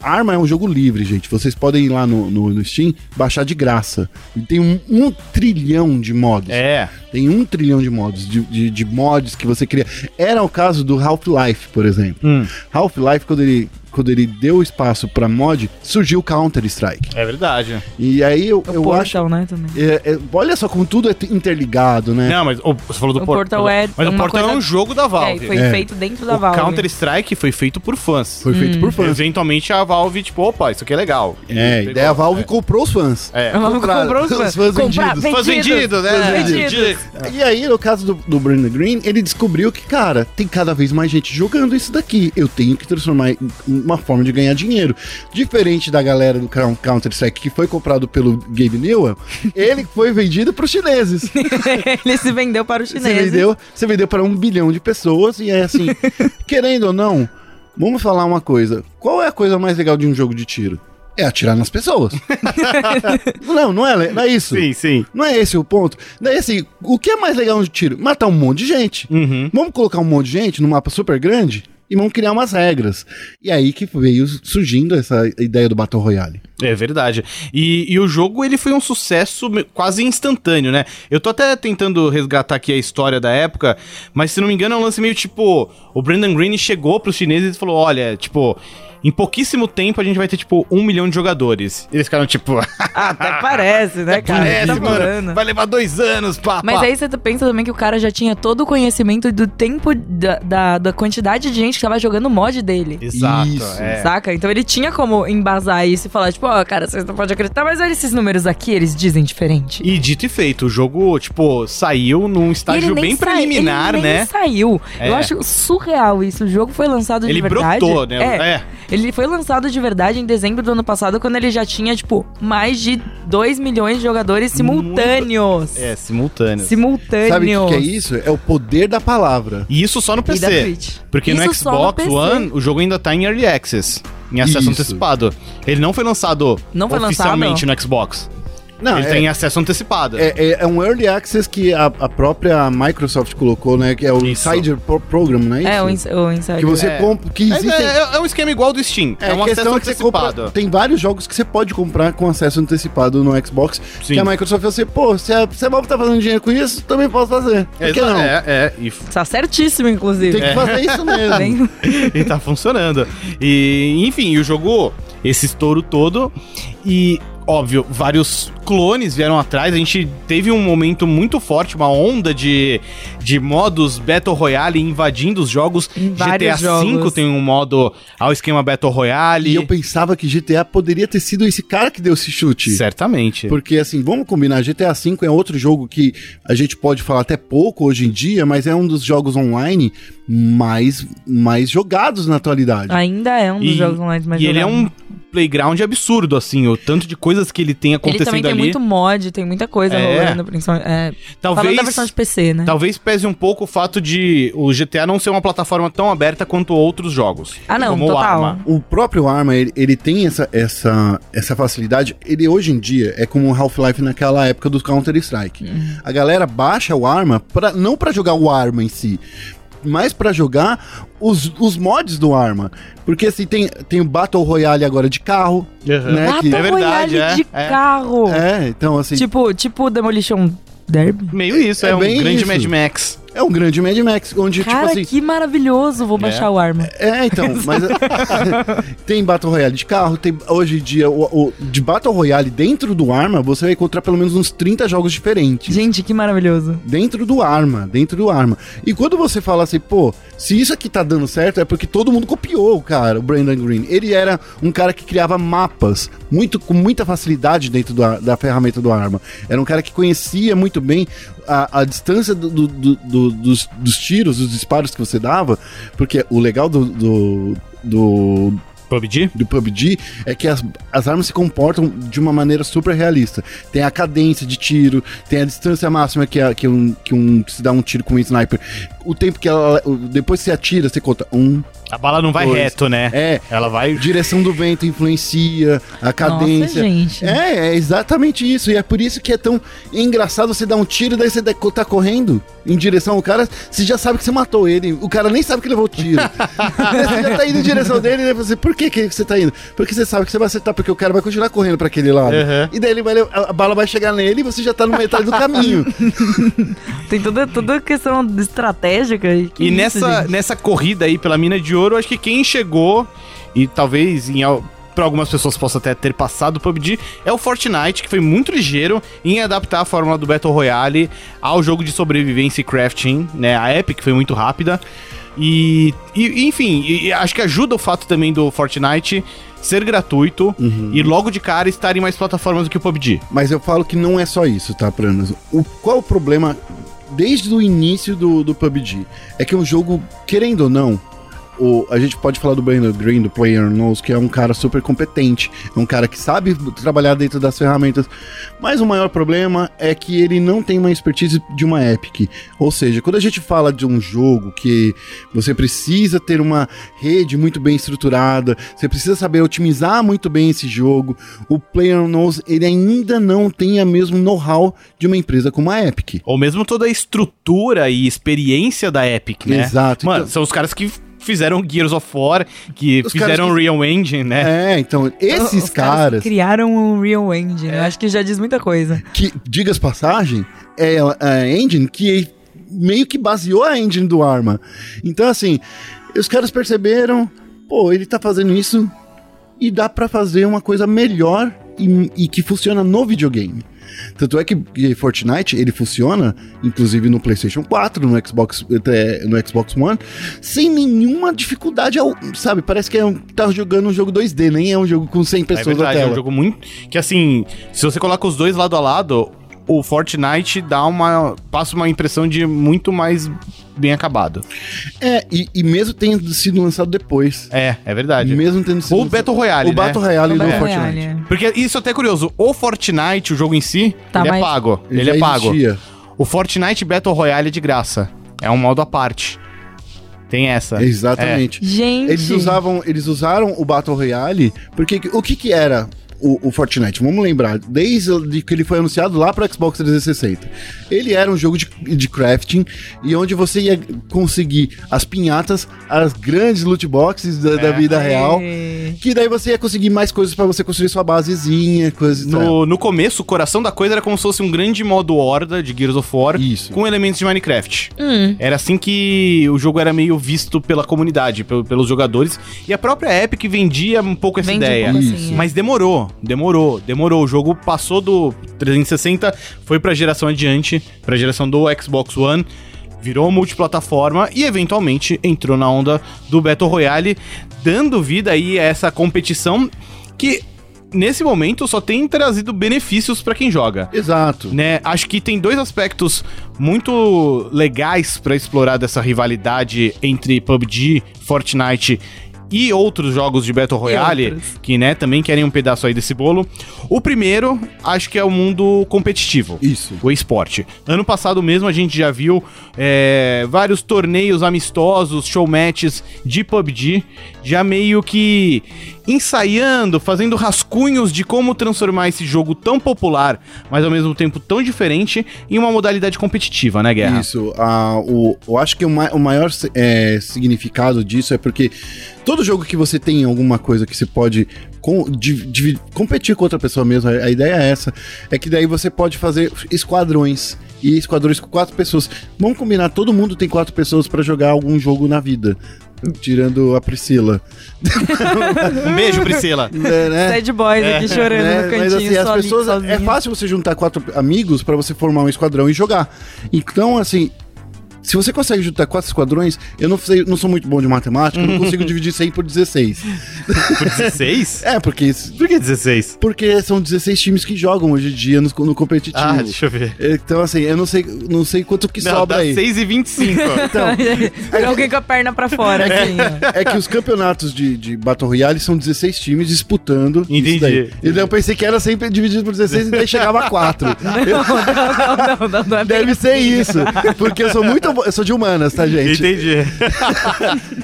Speaker 3: Arma é um jogo livre, gente. Vocês podem ir lá no, no, no Steam, baixar de graça. E tem um, um trilhão de modos.
Speaker 1: É.
Speaker 3: Tem um trilhão de modos, de, de, de mods que você cria. Era o caso do Half-Life, por exemplo.
Speaker 1: Hum.
Speaker 3: Half-Life, quando ele quando ele deu espaço pra mod, surgiu o Counter-Strike.
Speaker 1: É verdade.
Speaker 3: E aí eu,
Speaker 2: É
Speaker 3: eu
Speaker 2: o
Speaker 3: acho.
Speaker 2: Portal, né, também.
Speaker 3: é, é, olha só como tudo é t- interligado, né?
Speaker 1: Não, mas o- você falou do
Speaker 2: O
Speaker 1: Por-
Speaker 2: Portal é
Speaker 1: Mas o
Speaker 2: uma
Speaker 1: Portal é
Speaker 2: coisa-
Speaker 1: um jogo da
Speaker 2: É,
Speaker 1: Valve.
Speaker 2: e foi
Speaker 3: É.
Speaker 2: feito dentro da
Speaker 1: o
Speaker 2: Valve. né?
Speaker 1: Counter Strike foi feito por fãs.
Speaker 3: Foi feito por fãs.
Speaker 1: Eventualmente a Valve, tipo, opa, isso aqui é legal. E Hum.
Speaker 3: É,
Speaker 1: pegou.
Speaker 3: e daí a Valve comprou os fãs.
Speaker 1: É.
Speaker 2: Ela comprou os
Speaker 3: Os
Speaker 2: fãs.
Speaker 3: fãs
Speaker 2: Comprar-
Speaker 3: vendidos.
Speaker 1: Fãs vendidos, né?
Speaker 3: Fãs
Speaker 2: vendidos.
Speaker 3: E aí, no caso do, do Brandon Green, ele descobriu que, cara, tem cada vez mais gente jogando isso daqui. Eu tenho que transformar em uma forma de ganhar dinheiro. Diferente da galera do Counter-Strike que foi comprado pelo Gabe Newell, ele foi vendido para os chineses.
Speaker 2: Ele se vendeu para os
Speaker 3: Você
Speaker 2: chineses.
Speaker 3: vendeu, você vendeu para um bilhão de pessoas e é assim, querendo ou não, vamos falar uma coisa. Qual é a coisa mais legal de um jogo de tiro? É atirar nas pessoas. não, não é, le- não é isso.
Speaker 1: Sim, sim.
Speaker 3: Não é esse o ponto. Daí assim, o que é mais legal de tiro? Matar um monte de gente.
Speaker 1: Uhum.
Speaker 3: Vamos colocar um monte de gente num mapa super grande e vamos criar umas regras. E aí que veio surgindo essa ideia do Battle Royale.
Speaker 1: É verdade. E, e o jogo ele foi um sucesso me- quase instantâneo, né? Eu tô até tentando resgatar aqui a história da época, mas se não me engano é um lance meio tipo: o Brandon Green chegou pros chineses e falou: olha, tipo. Em pouquíssimo tempo a gente vai ter, tipo, um milhão de jogadores. Eles ficaram, tipo,
Speaker 2: Ah, Até parece, né, cara?
Speaker 1: "É,
Speaker 2: tá
Speaker 1: mano,
Speaker 2: falando.
Speaker 1: vai levar dois anos, pá,
Speaker 2: Mas é
Speaker 1: pá."
Speaker 2: aí você pensa também que o cara já tinha todo o conhecimento do tempo, da, da, da quantidade de gente que tava jogando mod dele.
Speaker 1: Exato,
Speaker 3: Isso.
Speaker 1: é.
Speaker 2: Saca? Então ele tinha como embasar isso e falar, tipo, ó, cara, vocês não podem acreditar, mas olha esses números aqui, eles dizem diferente.
Speaker 1: E dito e feito, o jogo, tipo, saiu num estágio
Speaker 2: ele
Speaker 1: tá
Speaker 2: nem
Speaker 1: bem
Speaker 2: sai-
Speaker 1: preliminar,
Speaker 2: ele nem
Speaker 1: né?
Speaker 2: saiu.
Speaker 1: É.
Speaker 2: Eu acho surreal isso. O jogo foi lançado de
Speaker 1: Ele
Speaker 2: verdade.
Speaker 1: brotou, né?
Speaker 2: É, Ele foi lançado de verdade em dezembro do ano passado, quando ele já tinha, tipo, mais de 2 milhões de jogadores simultâneos.
Speaker 1: É, simultâneo.
Speaker 2: Simultâneos.
Speaker 3: Sabe o que é que é isso? É o poder da palavra.
Speaker 1: E isso só no
Speaker 2: E da
Speaker 1: PC.
Speaker 2: Twitch.
Speaker 1: Porque no
Speaker 2: Isso só no
Speaker 1: Xbox
Speaker 2: PC.
Speaker 1: One, o jogo ainda tá em Early Access. Em acesso
Speaker 3: Isso.
Speaker 1: antecipado. Ele não foi lançado
Speaker 2: Não foi
Speaker 1: oficialmente no Xbox.
Speaker 3: Não,
Speaker 1: Ele
Speaker 3: é,
Speaker 1: tem acesso antecipado.
Speaker 3: É, é- é um early access que a, a própria Microsoft colocou, né? Que é o
Speaker 1: Isso.
Speaker 3: Insider Pro Program, não é isso?
Speaker 2: É, o, ins o Inside.
Speaker 3: Que você
Speaker 1: É.
Speaker 3: compra. Que
Speaker 1: Mas
Speaker 3: existem.
Speaker 1: é- é um esquema igual do Steam. É,
Speaker 3: é
Speaker 1: um acesso
Speaker 3: questão que você compra,
Speaker 1: antecipado.
Speaker 3: tem vários jogos que você pode comprar com acesso antecipado no Xbox.
Speaker 1: Sim.
Speaker 3: Que a Microsoft falou assim, pô, se a, se a Valve tá fazendo dinheiro com isso, também posso fazer. Por que
Speaker 1: Exa-
Speaker 3: não?
Speaker 1: É, é. E f-
Speaker 2: Tá certíssimo, inclusive.
Speaker 3: Tem que fazer isso
Speaker 2: Tá
Speaker 3: mesmo.
Speaker 2: vendo?
Speaker 1: e tá funcionando. E, enfim, o jogo, esse estouro todo. E, óbvio, vários clones vieram atrás. A gente teve um momento muito forte, uma onda de, de modos Battle Royale invadindo os jogos.
Speaker 2: Vários
Speaker 1: GTA V
Speaker 2: jogos.
Speaker 1: tem um modo ao esquema Battle Royale.
Speaker 3: e eu pensava que GTA poderia ter sido esse cara que deu esse chute.
Speaker 1: Certamente.
Speaker 3: Porque, assim, vamos combinar, GTA V é outro jogo que a gente pode falar até pouco hoje em dia, mas é um dos jogos online mais, mais jogados na atualidade.
Speaker 2: Ainda é um dos
Speaker 1: E-
Speaker 2: jogos online mais
Speaker 1: E ele é
Speaker 2: jogados.
Speaker 1: um playground absurdo, assim, o tanto de coisas que ele tem
Speaker 2: Ele também
Speaker 1: acontecendo
Speaker 2: tem
Speaker 1: ali.
Speaker 2: muito mod, tem muita coisa
Speaker 1: É.
Speaker 2: rolando, principalmente. É,
Speaker 1: Talvez.
Speaker 2: Falando da versão de PC, né?
Speaker 1: Talvez pese um pouco o fato de o GTA não ser uma plataforma tão aberta quanto outros jogos.
Speaker 2: Ah, não,
Speaker 1: como o
Speaker 2: total.
Speaker 1: Arma.
Speaker 3: O próprio Arma, ele, ele tem essa, essa, essa facilidade. Ele hoje em dia é como o Half-Life naquela época do Counter-Strike. A galera baixa o Arma, pra, não pra jogar o Arma em si, mas pra jogar os, os mods do Arma. Porque assim, tem, tem o Battle Royale agora de carro, né?
Speaker 2: Battle
Speaker 3: que-
Speaker 1: é verdade,
Speaker 2: Royale
Speaker 1: é,
Speaker 2: de
Speaker 1: é.
Speaker 2: carro.
Speaker 3: é, então assim,
Speaker 2: Tipo, tipo Demolition Derby.
Speaker 1: Meio isso, é,
Speaker 3: É
Speaker 1: um
Speaker 3: bem
Speaker 1: grande
Speaker 3: isso.
Speaker 1: Mad Max.
Speaker 3: é um grande Mad Max, onde
Speaker 2: Cara,
Speaker 3: tipo assim...
Speaker 2: que maravilhoso. Vou baixar o arma.
Speaker 3: É, então, mas é, tem Battle Royale de carro, tem hoje em dia o, o- de Battle Royale dentro do Arma, você vai encontrar pelo menos uns 30 jogos diferentes.
Speaker 2: Gente, que maravilhoso.
Speaker 3: Dentro do arma, dentro do arma. E quando você fala assim, pô, se isso aqui tá dando certo, é porque todo mundo copiou o cara, o Brandon Green. Ele era um cara que criava mapas muito com muita facilidade dentro do ar- da ferramenta do arma. Era um cara que conhecia muito bem a, a distância do- do- do- do- dos, dos tiros, dos disparos que você dava, porque o legal do- do- do,
Speaker 1: PUBG?
Speaker 3: do PUBG é que as, as armas se comportam de uma maneira super realista. Tem a cadência de tiro, tem a distância máxima que, a- que, um, que um- que se dá um tiro com um sniper. O tempo que ela. o- Depois que você atira, você conta um.
Speaker 1: A bala não vai
Speaker 3: Dois.
Speaker 1: reto, né?
Speaker 3: É,
Speaker 1: Ela vai.
Speaker 3: direção do vento influencia, a
Speaker 2: Nossa,
Speaker 3: cadência.
Speaker 2: gente.
Speaker 3: É, é exatamente isso. E é por isso que é tão engraçado você dar um tiro, daí você dá- tá correndo em direção ao cara, você já sabe que você matou ele. O cara nem sabe que levou o tiro. você já tá indo em direção dele, e você, por que, que você tá indo? Porque você sabe que você vai acertar, porque o cara vai continuar correndo pra aquele lado.
Speaker 1: Uhum.
Speaker 3: E daí ele vai, le- a, a bala vai chegar nele e você já tá na metade do caminho.
Speaker 2: Tem toda, toda questão estratégica. Que
Speaker 1: E
Speaker 2: isso,
Speaker 1: nessa,
Speaker 2: gente?
Speaker 1: nessa corrida aí pela mina de ouro, acho que quem chegou e talvez em al- pra algumas pessoas possa até ter passado o PUBG, é o Fortnite, que foi muito ligeiro em adaptar a fórmula do Battle Royale ao jogo de sobrevivência e crafting, né? A Epic foi muito rápida. E, e, enfim, e- e acho que ajuda o fato também do Fortnite ser gratuito e logo de cara estar em mais plataformas do que o PUBG.
Speaker 3: Mas eu falo que não é só isso, tá, Pranas? O, qual o problema desde o início do, do PUBG? É que é um jogo, querendo ou não, o, a gente pode falar do Brandon Green, do Player Knows, que é um cara super competente, é um cara que sabe trabalhar dentro das ferramentas, mas o maior problema é que ele não tem uma expertise de uma Epic. Ou seja, quando a gente fala de um jogo que você precisa ter uma rede muito bem estruturada, você precisa saber otimizar muito bem esse jogo, o PlayerUnknown's ele ainda não tem o mesmo know-how de uma empresa como a Epic.
Speaker 1: Ou mesmo toda a estrutura e experiência da Epic, né?
Speaker 3: Exato.
Speaker 1: Mano,
Speaker 3: Então-
Speaker 1: são os caras que fizeram Gears of War, que
Speaker 3: Os caras
Speaker 1: fizeram Real Engine, né?
Speaker 3: É, então, esses
Speaker 2: Os
Speaker 3: caras,
Speaker 2: criaram um Real Engine. Eu acho que já diz muita coisa.
Speaker 3: que, digas passagem, é a engine que meio que baseou a engine do Arma. Então, assim, os caras perceberam, pô, ele tá fazendo isso e dá pra fazer uma coisa melhor e, e que funciona no videogame. Tanto é que que Fortnite ele funciona, inclusive no PlayStation 4, no Xbox, eh, no Xbox One, sem nenhuma dificuldade, ao- sabe? Parece que é um, tá jogando um jogo 2D, nem é um jogo com 100
Speaker 1: É
Speaker 3: pessoas na
Speaker 1: verdade, é
Speaker 3: tela.
Speaker 1: um jogo muito. Que assim, se você coloca os dois lado a lado, o Fortnite dá uma. passa uma impressão de muito mais bem acabado.
Speaker 3: É, e, e mesmo tendo sido lançado depois.
Speaker 1: É, é verdade.
Speaker 3: Mesmo tendo sido.
Speaker 1: Ou
Speaker 3: lançado-
Speaker 1: Battle Royale,
Speaker 3: o
Speaker 1: né?
Speaker 3: Battle Royale
Speaker 2: O
Speaker 3: do
Speaker 2: Battle
Speaker 3: Fortnite.
Speaker 2: Royale.
Speaker 1: Porque isso é até curioso, o Fortnite, o jogo em si,
Speaker 2: Tá,
Speaker 1: ele é
Speaker 2: mas-
Speaker 1: pago. Ele,
Speaker 3: já
Speaker 1: é pago.
Speaker 3: existia.
Speaker 1: O Fortnite Battle Royale é de graça. É um modo à parte. Tem essa. É.
Speaker 3: Exatamente.
Speaker 2: Gente.
Speaker 3: Eles usavam, eles usaram o Battle Royale, porque o que que era o, o Fortnite? Vamos lembrar, desde que ele foi anunciado lá para Xbox 360. Ele era um jogo de, de crafting e onde você ia conseguir as pinhatas, as grandes loot boxes da, da
Speaker 1: É.
Speaker 3: vida real,
Speaker 2: É.
Speaker 3: que daí você ia conseguir mais coisas para você construir sua basezinha, coisas e tal.
Speaker 1: No, no começo, o coração da coisa era como se fosse um grande modo horda de Gears of War
Speaker 3: Isso.
Speaker 1: com elementos de Minecraft.
Speaker 2: Hum.
Speaker 1: Era assim que o jogo era meio visto pela comunidade, pel- pelos jogadores. E a própria Epic vendia um pouco essa
Speaker 2: Vende um
Speaker 1: ideia.
Speaker 2: pouco assim,
Speaker 3: Isso.
Speaker 2: é.
Speaker 1: Mas demorou, demorou, demorou. O jogo passou do 360, foi pra geração adiante, pra geração do Xbox One, virou multiplataforma e eventualmente entrou na onda do Battle Royale, dando vida aí a essa competição que nesse momento só tem trazido benefícios pra quem joga
Speaker 3: Exato.
Speaker 1: né? Acho que tem dois aspectos muito legais pra explorar dessa rivalidade entre PUBG, Fortnite e outros jogos de Battle Royale,
Speaker 2: outros.
Speaker 1: que né, também querem um pedaço aí desse bolo. O primeiro, acho que é o mundo competitivo.
Speaker 3: Isso.
Speaker 1: O esporte. Ano passado mesmo a gente já viu é, vários torneios amistosos, showmatches de PUBG, já meio que ensaiando, fazendo rascunhos de como transformar esse jogo tão popular, mas ao mesmo tempo tão diferente, em uma modalidade competitiva, né, Guerra?
Speaker 3: Isso. a- o, eu acho que o, ma- o maior é, significado disso é porque todo jogo que você tem alguma coisa que você pode com- di- divi- competir com outra pessoa mesmo, a, a ideia é essa. É que daí você pode fazer esquadrões. E esquadrões com quatro pessoas. Vamos combinar, todo mundo tem quatro pessoas pra jogar algum jogo na vida. Tirando a Priscila.
Speaker 1: Um beijo, Priscila!
Speaker 3: Né, né?
Speaker 2: É. Sad Boys aqui chorando
Speaker 3: né?
Speaker 2: no cantinho,
Speaker 3: Mas assim, as
Speaker 2: soli-
Speaker 3: pessoas. É
Speaker 2: sozinha.
Speaker 3: fácil você juntar quatro amigos pra você formar um esquadrão e jogar. Então, assim. Se você consegue juntar quatro esquadrões, eu não sei, não sou muito bom de matemática, eu não consigo dividir 100 por 16.
Speaker 1: Por 16?
Speaker 3: É, porque, isso-
Speaker 1: Por que 16?
Speaker 3: porque são 16 times que jogam hoje em dia no, no competitivo.
Speaker 1: Ah, deixa eu ver.
Speaker 3: Então, assim, eu não sei, não sei quanto que
Speaker 1: Não,
Speaker 3: sobra
Speaker 1: dá
Speaker 3: aí.
Speaker 1: 6 e 25.
Speaker 3: Então,
Speaker 2: Alguém com a perna pra fora, assim. ó.
Speaker 3: é que os campeonatos de, de Battle Royale são 16 times disputando.
Speaker 1: Entendi.
Speaker 3: Isso daí. E daí eu pensei que era sempre dividido por 16 e daí chegava a 4.
Speaker 2: Não, não, não, não, não é
Speaker 3: Deve
Speaker 2: bem
Speaker 3: ser
Speaker 2: assim.
Speaker 3: isso. Porque eu sou muito bom. Eu sou de humanas, tá, gente?
Speaker 1: Entendi.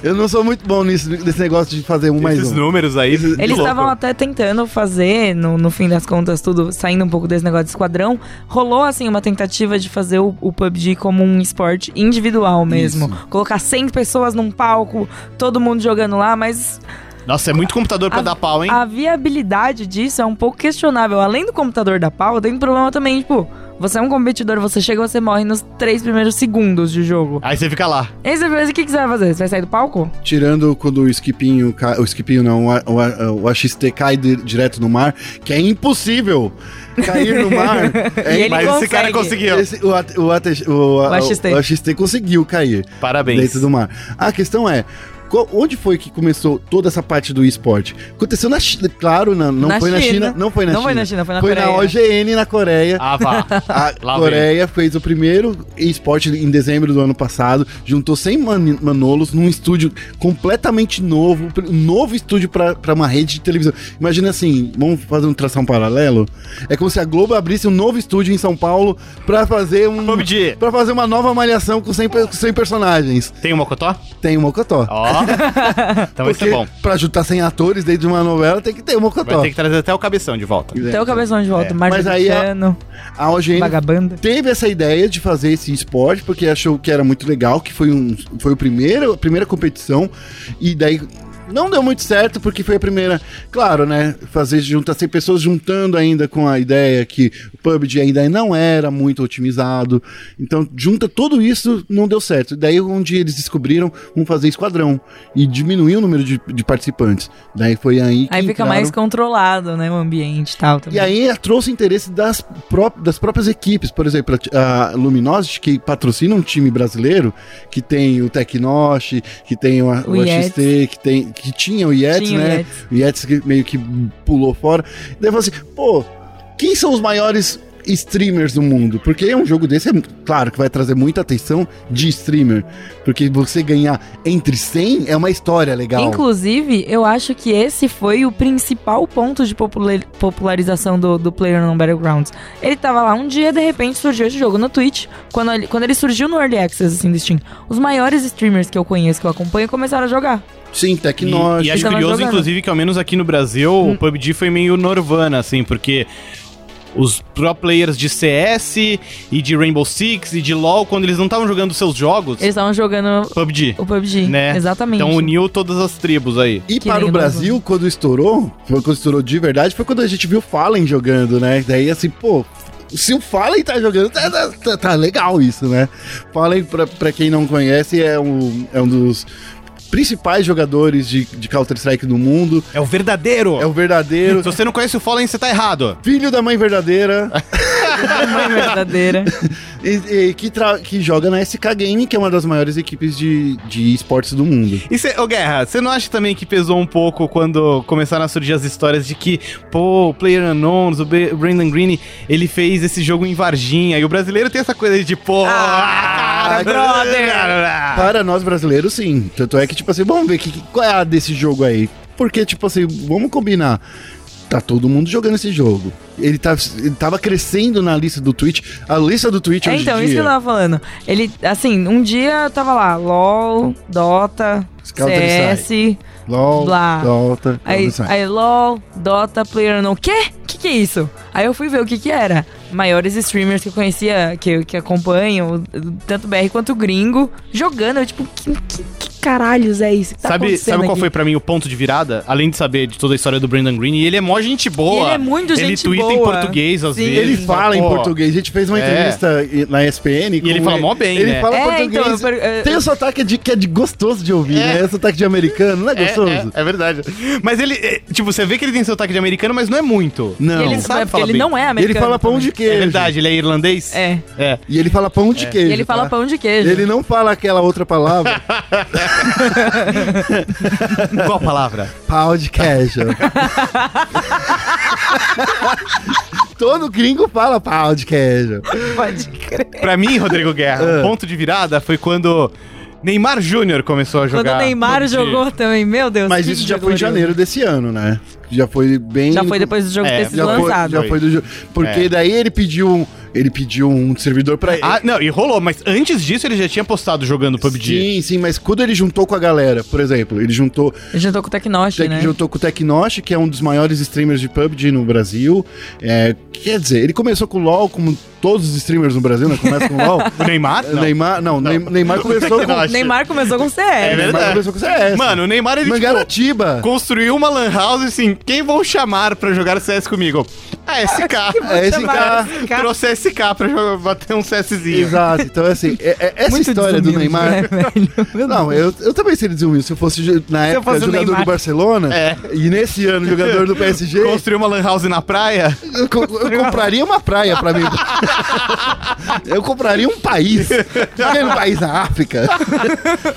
Speaker 3: Eu não sou muito bom nisso, nesse negócio de fazer um mais
Speaker 1: Esses
Speaker 3: um.
Speaker 1: números aí. muito
Speaker 2: Eles
Speaker 1: louco.
Speaker 2: estavam até tentando fazer, no, no fim das contas, tudo saindo um pouco desse negócio de esquadrão. Rolou, assim, uma tentativa de fazer o, o PUBG como um esporte individual mesmo. Colocar 100 pessoas num palco, todo mundo jogando lá, mas
Speaker 1: Nossa, é muito computador pra
Speaker 2: A-
Speaker 1: dar pau, hein?
Speaker 2: a viabilidade disso é um pouco questionável. Além do computador da pau, tem um problema também, tipo, Você é um competidor, você chega e você morre nos três primeiros segundos de jogo.
Speaker 1: Aí você fica lá.
Speaker 2: Aí você pensa, o que, que você vai fazer? Você vai sair do palco?
Speaker 3: Tirando quando o skipinho, ca- o skipinho não, o, A- o, A- o AXT cai de- direto no mar, que é impossível cair no mar. É
Speaker 2: E ele
Speaker 1: Mas esse cara
Speaker 2: consegue.
Speaker 1: conseguiu.
Speaker 3: Esse- o, AT- o, AT- o,
Speaker 2: O AXT.
Speaker 3: o AXT conseguiu cair
Speaker 1: Parabéns.
Speaker 3: dentro do mar. A questão é. qual- Onde foi que começou toda essa parte do esporte? Aconteceu na China, claro, na- não
Speaker 2: Na
Speaker 3: foi na
Speaker 2: China.
Speaker 3: China, não foi na
Speaker 2: Não
Speaker 3: China.
Speaker 2: foi na China, foi na
Speaker 3: foi
Speaker 2: Coreia.
Speaker 3: na OGN na Coreia.
Speaker 1: Ah, vá.
Speaker 3: A
Speaker 1: Lá vem.
Speaker 3: Coreia fez o primeiro esporte em dezembro do ano passado, juntou 100 mani- manolos num estúdio completamente novo, um novo estúdio pra pra uma rede de televisão. Imagina assim, vamos fazer um tração paralelo? É como se a Globo abrisse um novo estúdio em São Paulo pra fazer um
Speaker 1: PUBG.
Speaker 3: para fazer uma nova malhação com 100, pe- com 100 personagens.
Speaker 1: Tem uma cotó?
Speaker 3: Tem o Mocotó.
Speaker 1: Ó. então isso é bom.
Speaker 3: pra juntar 100 atores dentro de uma novela tem que ter o
Speaker 1: Vai
Speaker 3: Mocotó.
Speaker 1: ter que trazer até o cabeção de volta.
Speaker 3: É.
Speaker 2: Até o cabeção de volta,
Speaker 1: É.
Speaker 2: Marcos
Speaker 3: Mas aí a-
Speaker 2: Cristiano,
Speaker 3: A OGN
Speaker 2: Vagabanda.
Speaker 3: teve essa ideia de fazer esse esporte porque achou que era muito legal, que foi, um, foi o primeiro, a primeira competição e daí não deu muito certo porque foi a primeira, claro, né, fazer juntar 100 pessoas juntando ainda com a ideia que o PUBG ainda não era muito otimizado. Então, junta tudo isso, não deu certo. Daí onde eles descobriram vamos fazer esquadrão e diminuiu o número de, de participantes. Daí foi aí que
Speaker 2: Aí fica
Speaker 3: entraram-
Speaker 2: mais controlado, né, o ambiente e tal.
Speaker 3: e
Speaker 2: Também.
Speaker 3: aí eh, trouxe interesse das, pró- das próprias equipes. Por exemplo, a ti- a Luminosity, que patrocina um time brasileiro, que tem o Tecnosh, que tem o, a-
Speaker 2: O
Speaker 3: o AXT, que, tem, que tinha o IETS,
Speaker 2: Tinha o
Speaker 3: né?
Speaker 2: Yetis.
Speaker 3: O IETS que meio que pulou fora. Daí falou assim, pô, quem são os maiores streamers do mundo? Porque um jogo desse, é mu- claro, que vai trazer muita atenção de streamer. Porque você ganhar entre 100 é uma história legal.
Speaker 2: Inclusive, eu acho que esse foi o principal ponto de popula- popularização do, do Player no Battlegrounds. Ele tava lá um dia, de repente, surgiu esse jogo no Twitch. Quando ele, quando ele surgiu no Early Access, assim, do Steam, os maiores streamers que eu conheço, que eu acompanho, começaram a jogar.
Speaker 3: Sim,
Speaker 1: E,
Speaker 3: Tecnosh.
Speaker 1: e acho curioso,
Speaker 2: Tava Tá jogando. Hum.
Speaker 1: inclusive, que ao menos aqui no Brasil, o PUBG foi meio Norvana, assim, porque os pro players de CS e de Rainbow Six e de LoL, quando eles não estavam jogando seus jogos,
Speaker 2: Eles estavam jogando
Speaker 1: PUBG,
Speaker 2: o PUBG.
Speaker 1: né?
Speaker 2: Exatamente.
Speaker 1: Então uniu todas as tribos aí.
Speaker 3: E
Speaker 2: Que
Speaker 3: para
Speaker 2: nem
Speaker 3: o
Speaker 2: nós
Speaker 3: Brasil, quando estourou, foi quando estourou de verdade, foi quando a gente viu o Fallen jogando, né? Daí assim, pô, se o Fallen tá jogando, tá, tá- tá- tá legal isso, né? Fallen, pra, pra quem não conhece, é um, é um dos principais jogadores de, de Counter-Strike do mundo.
Speaker 1: É o verdadeiro!
Speaker 3: É o verdadeiro.
Speaker 1: Se você não conhece o Fallen, você tá errado.
Speaker 3: Filho da mãe verdadeira,
Speaker 2: Não é verdadeira.
Speaker 3: e, e que, tra- que joga na SK Game, que é uma das maiores equipes de, de esportes do mundo.
Speaker 1: E cê, ô Guerra, você não acha também que pesou um pouco quando começaram a surgir as histórias de que, pô, o Player Unknowns, o Be- Brandon Green, ele fez esse jogo em Varginha, e o brasileiro tem essa coisa de, pô,
Speaker 2: Ah, cara, brother! Ah.
Speaker 3: Para nós brasileiros, sim. Tanto é que, tipo assim, vamos ver que, que- qual é a desse jogo aí. Porque, tipo assim, vamos combinar. Tá todo mundo jogando esse jogo. Ele, tá, ele tava crescendo na lista do Twitch. A lista do Twitch
Speaker 2: É,
Speaker 3: hoje
Speaker 2: então,
Speaker 3: em
Speaker 2: isso que eu
Speaker 3: dia.
Speaker 2: tava falando. Ele, assim, um dia eu tava lá, LOL, Dota,
Speaker 3: Counter-Strike.
Speaker 2: CS,
Speaker 3: LOL,
Speaker 2: Blá.
Speaker 3: Dota,
Speaker 2: Aí,
Speaker 3: Counter-Strike.
Speaker 2: aí LOL, Dota, Player não. Quê? Que que é isso? Aí eu fui ver o que que era. Maiores streamers que eu conhecia, que, que acompanham, tanto BR quanto gringo, jogando. Eu, tipo, que, que- que caralhos é isso? Que tá
Speaker 1: sabe,
Speaker 2: acontecendo
Speaker 1: sabe qual
Speaker 2: aqui?
Speaker 1: foi pra mim o ponto de virada? Além de saber de toda a história do Brandon Green, e ele é mó gente
Speaker 2: E
Speaker 1: boa.
Speaker 2: ele é muito
Speaker 1: Ele
Speaker 2: gente
Speaker 1: tuita
Speaker 2: boa.
Speaker 1: em português, às
Speaker 2: Sim.
Speaker 1: vezes.
Speaker 3: Ele fala em
Speaker 1: Pô,
Speaker 3: português. A gente fez uma
Speaker 1: É.
Speaker 3: entrevista e- na ESPN. com
Speaker 1: ele fala mó bem,
Speaker 3: Ele
Speaker 1: né?
Speaker 3: fala
Speaker 2: É, então,
Speaker 3: português.
Speaker 2: eu per- eu-
Speaker 3: Tem o sotaque de, que é de gostoso de ouvir,
Speaker 1: É.
Speaker 3: né? Esse sotaque de americano, não é
Speaker 1: É,
Speaker 3: gostoso?
Speaker 1: é, é verdade. Mas ele, é, tipo, você vê que ele tem sotaque de americano, mas não é muito.
Speaker 3: Não.
Speaker 2: E
Speaker 1: Ele
Speaker 2: ele,
Speaker 1: sabe
Speaker 2: sabe porque
Speaker 1: falar
Speaker 2: ele
Speaker 1: bem.
Speaker 2: não é americano.
Speaker 3: Ele fala pão
Speaker 2: também.
Speaker 3: de
Speaker 1: É
Speaker 3: queijo.
Speaker 1: verdade, ele é irlandês?
Speaker 2: É.
Speaker 1: É.
Speaker 3: E ele fala pão de queijo.
Speaker 2: E ele
Speaker 3: tá?
Speaker 2: fala pão de queijo.
Speaker 3: Ele não fala aquela outra palavra,
Speaker 1: Qual a palavra?
Speaker 3: pau de queijo. Todo gringo fala pau de queijo.
Speaker 2: pode crer.
Speaker 1: Pra mim, Rodrigo
Speaker 3: Ah.
Speaker 1: Guerra, o ponto de virada foi quando Neymar Júnior começou a jogar.
Speaker 2: Quando o Neymar
Speaker 1: PUBG.
Speaker 2: jogou também, meu Deus.
Speaker 3: Mas
Speaker 2: que
Speaker 3: isso já
Speaker 2: jogo
Speaker 3: foi em
Speaker 2: horrível.
Speaker 3: janeiro desse ano, né? Já foi bem.
Speaker 2: Já foi depois do jogo
Speaker 1: É,
Speaker 2: ter sido
Speaker 3: já foi-
Speaker 2: lançado.
Speaker 3: já foi do jogo. Porque
Speaker 1: É.
Speaker 3: daí ele pediu um. Ele pediu um servidor pra ele.
Speaker 1: Ah, não, e rolou, mas antes disso ele já tinha postado jogando PUBG.
Speaker 3: Sim, sim, mas quando ele juntou com a galera, por exemplo, ele juntou
Speaker 2: Eu já tô com o Tecnosh,
Speaker 3: Tec-
Speaker 2: né?
Speaker 3: Juntou com o Tecnosh, que é um dos maiores streamers de PUBG no Brasil. É, quer dizer, ele começou com o LoL, como todos os streamers no Brasil, né? Começa com o LoL.
Speaker 1: O Neymar? Não.
Speaker 3: Neymar, não, Ney- Neymar começou com...
Speaker 1: Tecnosh.
Speaker 2: Neymar começou com CS.
Speaker 1: É verdade.
Speaker 3: Neymar começou com CS.
Speaker 1: Mano, o Neymar ele tipo,
Speaker 3: Mangaratiba.
Speaker 1: construiu uma lan house assim, quem vão chamar pra jogar CS comigo? Ah, SK.
Speaker 3: É esse cara.
Speaker 2: Vai, SK.
Speaker 1: Trouxe SK pra jogar- bater um CSzinho.
Speaker 3: Exato, então assim, é- é- essa
Speaker 2: Muito
Speaker 3: história do
Speaker 2: desumilde,
Speaker 3: Neymar.
Speaker 2: né, velho? Meu
Speaker 3: Não, eu, eu também seria desumilde. Se eu fosse, ju- na
Speaker 2: Se eu
Speaker 3: época,
Speaker 2: fosse o
Speaker 3: jogador
Speaker 2: Neymar.
Speaker 3: do Barcelona,
Speaker 1: É.
Speaker 3: e nesse ano jogador do PSG,
Speaker 1: Construir uma lan house na praia?
Speaker 3: eu, co- eu compraria uma praia pra mim. eu compraria um país. Aquele país na África.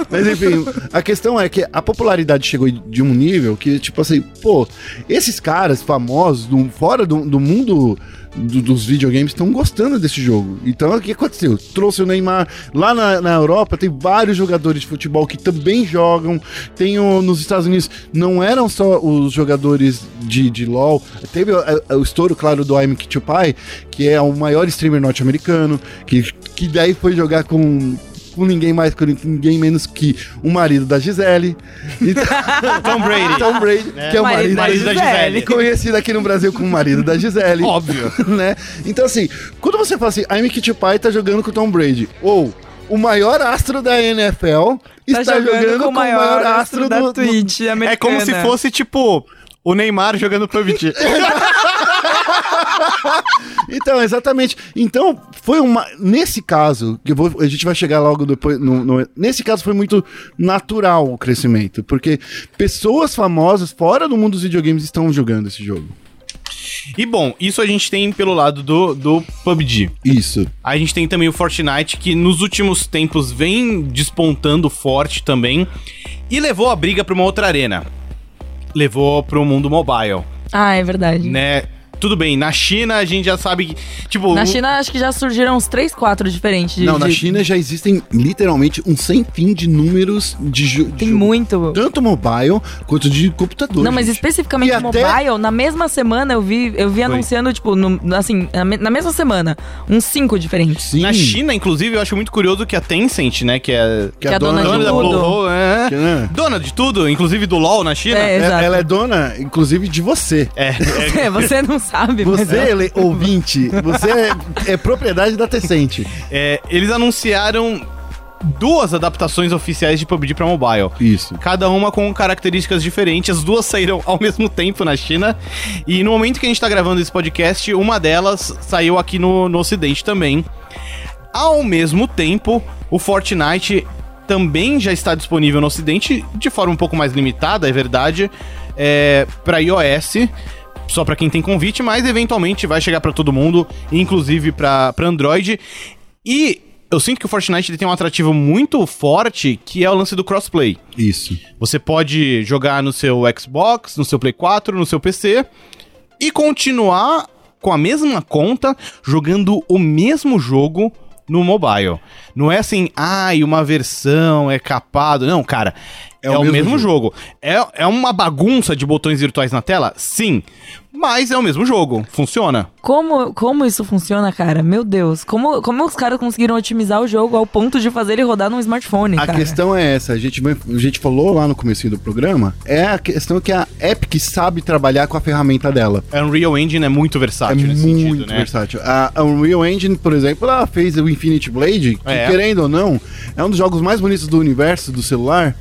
Speaker 3: Mas enfim, a questão é que a popularidade chegou de um nível que, tipo assim, pô, esses caras famosos do- fora do, do mundo do- dos videogames estão gostando desse jogo. Então, o que aconteceu? Trouxe o Neymar. Lá na, na Europa tem vários jogadores de futebol que também jogam. Tem o- nos Estados Unidos, não eram só os jogadores de, de LoL. Teve a- a- o estouro, claro, do I'm Kitchupai, que é o maior streamer norte-americano, que, que daí foi jogar com com ninguém mais, com ninguém menos que o marido da Gisele. E
Speaker 1: Tom Brady.
Speaker 3: Tom Brady, que é o marido, da Gisele. Conhecido aqui no Brasil como o marido da Gisele.
Speaker 1: Óbvio.
Speaker 3: né? Então, assim, quando você fala assim, a Amy Kitty Pie tá jogando com o Tom Brady, ou o maior astro da NFL
Speaker 2: Tá
Speaker 3: está Tá jogando, com, o maior, astro,
Speaker 2: da
Speaker 3: do, do-
Speaker 2: Twitch americana.
Speaker 1: É como se fosse, tipo, o Neymar jogando PUBG.
Speaker 3: Então, exatamente. Então, foi uma. Nesse caso, que eu vou- a gente vai chegar logo depois. no- no- nesse caso, foi muito natural o crescimento, porque pessoas famosas fora do mundo dos videogames estão jogando esse jogo.
Speaker 1: E bom, isso a gente tem pelo lado do, do PUBG.
Speaker 3: Isso.
Speaker 1: A gente tem também o Fortnite, que nos últimos tempos vem despontando forte também. E levou a briga pra uma outra arena. Levou um pro mundo mobile,
Speaker 2: Ah, é verdade.
Speaker 1: né? Tudo bem, na China a gente já sabe que. Tipo,
Speaker 2: Na
Speaker 1: o-
Speaker 2: China, acho que já surgiram uns 3, 4 diferentes. de-
Speaker 3: Não, na
Speaker 2: de-
Speaker 3: China já existem literalmente um sem fim de números de jo de
Speaker 2: Tem
Speaker 3: jogo.
Speaker 2: muito.
Speaker 3: Tanto mobile quanto de computador.
Speaker 2: Não, mas
Speaker 3: gente.
Speaker 2: especificamente
Speaker 3: E até-
Speaker 2: mobile, na mesma semana eu vi, eu vi anunciando, tipo, no- assim, na, me- na mesma semana, uns cinco diferentes.
Speaker 3: Sim,
Speaker 1: Na China, inclusive, eu acho muito curioso que a Tencent, né? Que é.
Speaker 3: que a dona,
Speaker 1: dona
Speaker 2: de
Speaker 1: da
Speaker 2: tudo.
Speaker 1: Blue é.
Speaker 3: Que, né?
Speaker 1: Dona de tudo, inclusive do LOL na China.
Speaker 2: É,
Speaker 3: É-
Speaker 2: exato.
Speaker 3: Ela é dona, inclusive, de você.
Speaker 1: É, é.
Speaker 2: É, você não sabe, mas é
Speaker 3: Você, ele- ouvinte, você é, é propriedade da Tecente.
Speaker 1: É, eles anunciaram duas adaptações oficiais de PUBG pra mobile.
Speaker 3: Isso.
Speaker 1: assim. Cada uma com características diferentes, as duas saíram ao mesmo tempo na China. E no momento que a gente tá gravando esse podcast, uma delas saiu aqui no, no Ocidente também. Ao mesmo tempo, o Fortnite também já está disponível no Ocidente, de forma um pouco mais limitada, é verdade, é, para iOS, só para quem tem convite, mas eventualmente vai chegar para todo mundo, inclusive para Android. E eu sinto que o Fortnite ele tem um atrativo muito forte, que é o lance do crossplay.
Speaker 3: Isso.
Speaker 1: Você pode jogar no seu Xbox, no seu Play 4, no seu PC e continuar com a mesma conta jogando o mesmo jogo no mobile. Não é assim, ai, uma versão é capado. Não, cara. É, o, mesmo, jogo. É, é uma bagunça de botões virtuais na tela? Sim. Mas é o mesmo jogo. Funciona.
Speaker 2: como, como isso funciona, cara? Meu Deus. Como, como os caras conseguiram otimizar o jogo ao ponto de fazer ele rodar num smartphone,
Speaker 3: A
Speaker 2: cara?
Speaker 3: questão é essa, a gente, vai- a gente falou lá no comecinho do programa, é a questão que a Epic sabe trabalhar com a ferramenta dela.
Speaker 1: A Unreal Engine é muito
Speaker 3: É
Speaker 1: versátil
Speaker 3: muito
Speaker 1: nesse sentido, né?
Speaker 3: versátil. A a Unreal Engine, por exemplo, ela fez o Infinity Blade, que
Speaker 1: É.
Speaker 3: querendo ou não, é um dos jogos mais bonitos do universo do celular,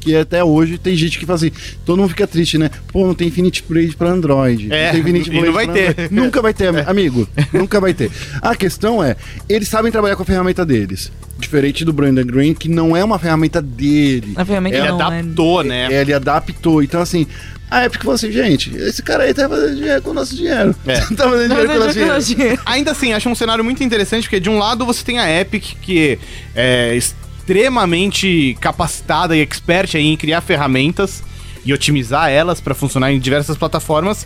Speaker 3: que até hoje tem gente que fala assim, todo mundo fica triste, né? Pô, não tem Infinity Blade pra Android.
Speaker 1: É,
Speaker 3: não tem Infinity
Speaker 1: e não vai
Speaker 3: pra
Speaker 1: ter. É.
Speaker 3: Android. Nunca vai ter, amigo. Nunca vai ter. A questão é, eles sabem trabalhar com a ferramenta deles. Diferente do Brandon Green, que não é uma ferramenta dele.
Speaker 2: A ferramenta
Speaker 1: Ele
Speaker 2: não, né?
Speaker 1: adaptou, né?
Speaker 3: É, ele adaptou. Então, assim, a Epic falou assim, gente, esse cara aí tá fazendo dinheiro com o nosso dinheiro.
Speaker 1: É.
Speaker 3: tá fazendo dinheiro com o nosso dinheiro.
Speaker 1: Ainda assim, acho um cenário muito interessante, porque de um lado você tem a Epic, que é extremamente capacitada e expert aí em criar ferramentas e otimizar elas para funcionar em diversas plataformas.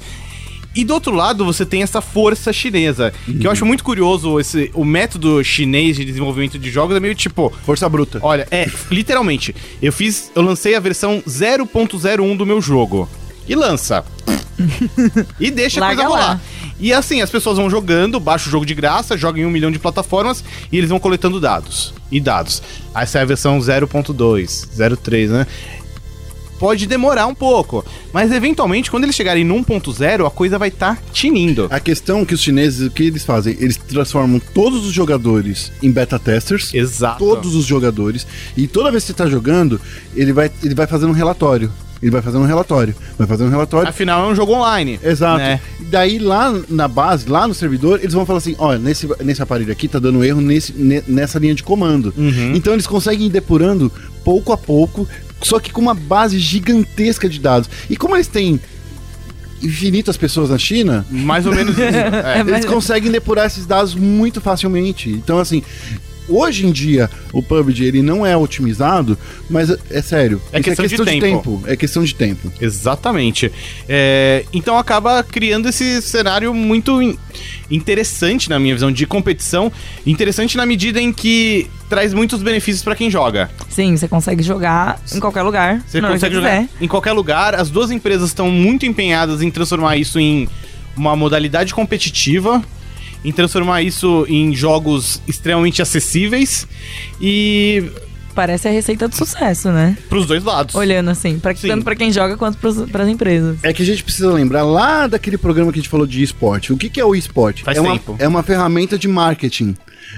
Speaker 1: E do outro lado, você tem essa força chinesa, que eu acho muito curioso. Esse, o método chinês de desenvolvimento de jogos é meio tipo,
Speaker 3: Força bruta.
Speaker 1: Olha, é, literalmente, eu fiz, eu lancei a versão 0.01 do meu jogo. E lança. e deixa a coisa
Speaker 2: Larga lá.
Speaker 1: rolar. E assim, as pessoas vão jogando, baixa o jogo de graça, joga em um milhão de plataformas e eles vão coletando dados. E dados. Aí sai a versão 0.2, 0.3, né? Pode demorar um pouco, mas eventualmente quando eles chegarem no 1.0, a coisa vai estar tinindo.
Speaker 3: A questão é que os chineses, o que eles fazem? Eles transformam todos os jogadores em beta testers.
Speaker 1: Exato.
Speaker 3: Todos os jogadores. E toda vez que você tá jogando, ele vai, ele vai fazendo um relatório. Ele vai fazer um relatório. Vai fazer um relatório.
Speaker 1: Afinal, é um jogo online.
Speaker 3: Exato.
Speaker 1: Né?
Speaker 3: E Daí lá na base, lá no servidor, eles vão falar assim: olha, nesse, nesse aparelho aqui tá dando erro nesse, ne- nessa linha de comando.
Speaker 1: Uhum.
Speaker 3: Então eles conseguem ir depurando pouco a pouco, só que com uma base gigantesca de dados. E como eles têm infinitas pessoas na China,
Speaker 1: Mais ou menos isso. É.
Speaker 2: É, mas-
Speaker 3: eles conseguem depurar esses dados muito facilmente. Então, assim, hoje em dia, o PUBG ele não é otimizado, mas é, é sério.
Speaker 1: É
Speaker 3: Isso
Speaker 1: questão de tempo.
Speaker 3: É questão de tempo.
Speaker 1: Exatamente. É, então acaba criando esse cenário muito in- interessante, na minha visão, de competição. Interessante na medida em que traz muitos benefícios pra quem joga.
Speaker 2: Sim, você consegue jogar em qualquer lugar.
Speaker 1: Você
Speaker 2: na hora que
Speaker 1: consegue jogar em qualquer lugar. As duas empresas estão muito empenhadas em transformar isso em uma modalidade competitiva, em transformar isso em jogos extremamente acessíveis e
Speaker 2: quiser. Parece a receita do sucesso, né?
Speaker 1: pros dois lados.
Speaker 2: Olhando assim, pra,
Speaker 1: Sim.
Speaker 2: tanto pra quem joga quanto pros, pras empresas.
Speaker 3: É que a gente precisa lembrar lá daquele programa que a gente falou de esporte. O que, que é o esporte?
Speaker 1: Faz
Speaker 3: é uma,
Speaker 1: tempo.
Speaker 3: É uma ferramenta de marketing.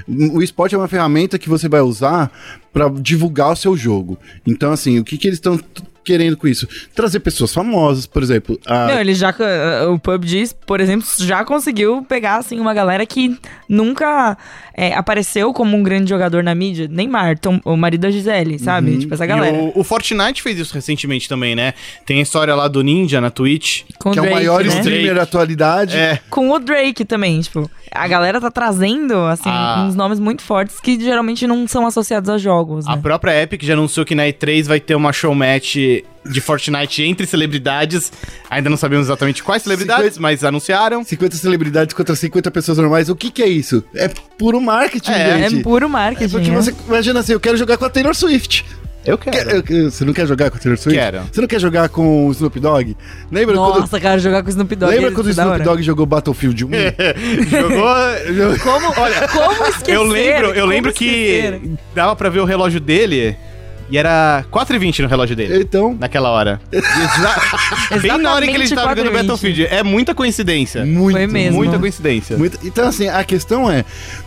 Speaker 3: O esporte é uma ferramenta que você vai usar para divulgar o seu jogo. Então, assim, o que, que eles estão t- querendo com isso? Trazer pessoas famosas, por exemplo. A...
Speaker 2: Não, ele já. eh, O PUBG, por exemplo, já conseguiu pegar, assim, uma galera que nunca é, apareceu como um grande jogador na mídia. Neymar, Tom- o marido da Gisele, sabe?
Speaker 3: Uhum.
Speaker 2: Tipo, essa
Speaker 1: E
Speaker 2: galera.
Speaker 1: o, o Fortnite fez isso recentemente também, né? Tem a história lá do Ninja na Twitch.
Speaker 2: Com
Speaker 3: que é o
Speaker 2: Drake,
Speaker 3: maior
Speaker 2: né?
Speaker 3: streamer
Speaker 1: Drake.
Speaker 3: da atualidade.
Speaker 1: É.
Speaker 2: Com o Drake também, tipo. A galera tá trazendo, assim,
Speaker 1: Ah.
Speaker 2: uns nomes muito fortes que geralmente não são associados a jogos,
Speaker 1: A
Speaker 2: né?
Speaker 1: própria Epic já anunciou que na E3 vai ter uma showmatch de Fortnite entre celebridades. Ainda não sabemos exatamente quais celebridades, mas anunciaram.
Speaker 3: 50 celebridades contra 50 pessoas normais, o que que é isso? É puro marketing,
Speaker 1: É,
Speaker 3: gente.
Speaker 2: É puro
Speaker 3: É
Speaker 2: marketing.
Speaker 3: porque
Speaker 2: né?
Speaker 3: você, imagina assim, eu quero jogar com a Taylor Swift.
Speaker 1: Eu quero.
Speaker 3: Quer- eu- eu- você não quer jogar com a Taylor Swift?
Speaker 1: Quero.
Speaker 3: Você não quer jogar com o Snoop Dogg? Lembra quando,
Speaker 2: Nossa, cara, jogar com o Snoop Dogg.
Speaker 3: lembra
Speaker 2: é
Speaker 3: quando o
Speaker 2: da
Speaker 3: Snoop
Speaker 2: hora.
Speaker 3: Dogg jogou Battlefield 1?
Speaker 1: Jogou. jogou-
Speaker 2: Como,
Speaker 1: Olha,
Speaker 2: como esquecer?
Speaker 1: eu lembro, eu
Speaker 2: Como
Speaker 1: lembro que
Speaker 2: esquecer?
Speaker 1: dava pra ver o relógio dele e era 4h20 no relógio dele.
Speaker 3: Então,
Speaker 1: Naquela hora. Exa- Bem na hora em que ele
Speaker 2: Exatamente
Speaker 1: tava jogando
Speaker 2: 4h20.
Speaker 1: Battlefield. É muita coincidência.
Speaker 3: é muito,
Speaker 2: Foi mesmo.
Speaker 1: Muita coincidência.
Speaker 3: Muito- então, assim, a questão é: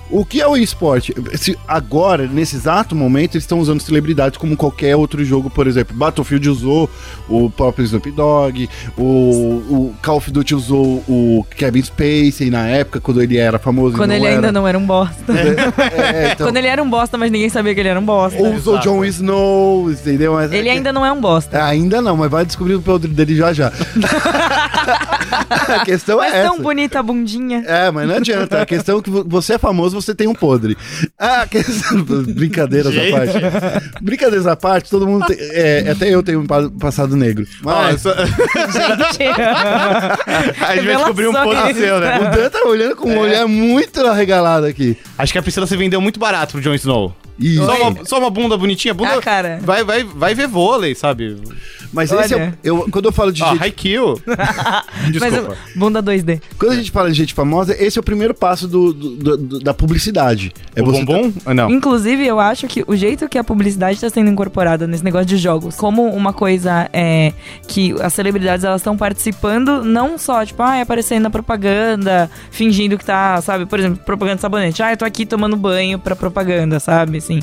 Speaker 3: o que é o esporte? Se agora, nesse exato momento, eles estão usando celebridades como qualquer outro jogo, por exemplo. Battlefield usou o próprio Snoop Dogg, o, o Call of Duty usou o Kevin Spacey na época, quando ele era famoso. e
Speaker 2: Quando ele
Speaker 3: era.
Speaker 2: ainda não era um bosta.
Speaker 3: É, então,
Speaker 2: Quando ele era um bosta, mas ninguém sabia que ele era um bosta.
Speaker 3: ou usou
Speaker 1: Exato.
Speaker 3: John Snow, entendeu? Mas-
Speaker 2: Ele ainda não é um bosta.
Speaker 3: Ainda não, mas vai descobrir o podre dele já já. a questão
Speaker 2: Mas
Speaker 3: é essa.
Speaker 2: tão bonita a bundinha.
Speaker 3: É, mas não adianta. A questão é que vo- você é famoso, você tem um podre. Ah, a questão... Brincadeiras à
Speaker 1: Gente.
Speaker 3: parte. Brincadeiras à parte, todo mundo tem... é, até eu tenho um pa- passado negro.
Speaker 1: Ó,
Speaker 3: Mas
Speaker 1: só-
Speaker 2: Gente.
Speaker 1: a gente vai descobrir um ponto
Speaker 2: Revelações.
Speaker 1: seu, né?
Speaker 3: o Dan tá olhando com um olhar muito arregalado aqui.
Speaker 1: Acho que a Priscila se vendeu muito barato pro Jon Snow.
Speaker 3: E-
Speaker 1: Só uma, só uma bunda bonitinha, bunda.
Speaker 2: Ah, cara.
Speaker 1: Vai, vai, vai ver vôlei, sabe? Ah,
Speaker 3: Mas
Speaker 2: Olha.
Speaker 3: esse é... Eu, quando eu falo de
Speaker 1: Ó,
Speaker 3: gente...
Speaker 1: Haikyuu.
Speaker 2: Mas
Speaker 1: Desculpa.
Speaker 2: eu- bunda 2D.
Speaker 3: Quando a gente fala de gente famosa, esse é o primeiro passo do, do- do- do- da publicidade. É
Speaker 1: o
Speaker 3: você
Speaker 1: bombom? Ah, Não.
Speaker 2: Inclusive, eu acho que o jeito que a publicidade está sendo incorporada nesse negócio de jogos, como uma coisa é, que as celebridades elas estão participando, não só, tipo, ah, aparecendo na propaganda, fingindo que tá, sabe, por exemplo, propaganda de sabonete. Ah, eu tô aqui tomando banho pra propaganda, sabe? Assim.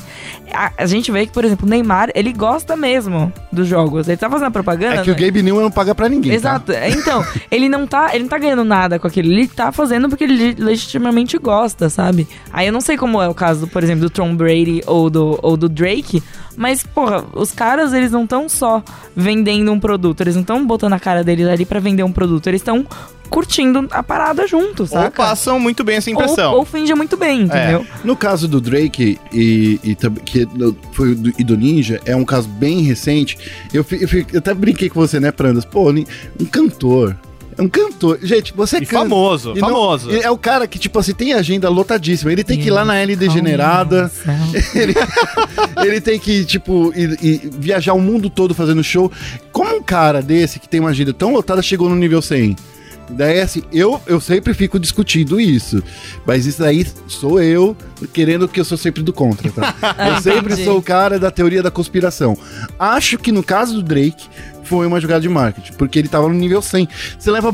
Speaker 2: A, a gente vê que, por exemplo, o Neymar, ele gosta mesmo dos jogos. Ele tá fazendo a propaganda.
Speaker 3: É que o
Speaker 2: né?
Speaker 3: Gabe Newell não paga pra ninguém. tá?
Speaker 2: Exato. É, Então, ele não tá, ele não tá ganhando nada com aquilo. Ele tá fazendo porque ele le- legitimamente gosta, sabe? Aí eu não sei como é o caso, por exemplo, do Tom Brady ou do, ou do Drake, mas, porra, os caras, eles não estão só vendendo um produto, eles não estão botando a cara deles ali pra vender um produto, eles estão curtindo a parada junto,
Speaker 1: Ou
Speaker 2: saca?
Speaker 1: passam muito bem essa impressão.
Speaker 2: ou, ou finge muito bem, entendeu?
Speaker 3: No caso do Drake e, e tam- que no- foi o do, e do Ninja, é um caso bem recente. Eu, fi- eu fi- eu até brinquei com você, né, Prandas? Pô, ni- um cantor. É um cantor. Gente, você é
Speaker 1: E
Speaker 3: can-
Speaker 1: famoso,
Speaker 3: e não-
Speaker 1: famoso.
Speaker 3: e é o cara que, tipo assim, tem agenda lotadíssima. Ele tem que ir lá na L degenerada.
Speaker 2: Nossa.
Speaker 3: Ele tem que, tipo, ir- ir viajar o mundo todo fazendo show. Como um cara desse que tem uma agenda tão lotada chegou no nível 100? Daí, assim, eu, eu sempre fico discutindo isso. Mas isso daí sou eu, querendo que eu sou sempre do contra, tá?
Speaker 2: Ah,
Speaker 3: eu sempre
Speaker 2: entendi.
Speaker 3: sou o cara da teoria da conspiração. Acho que no caso do Drake, foi uma jogada de marketing, porque ele tava no nível 100. Você leva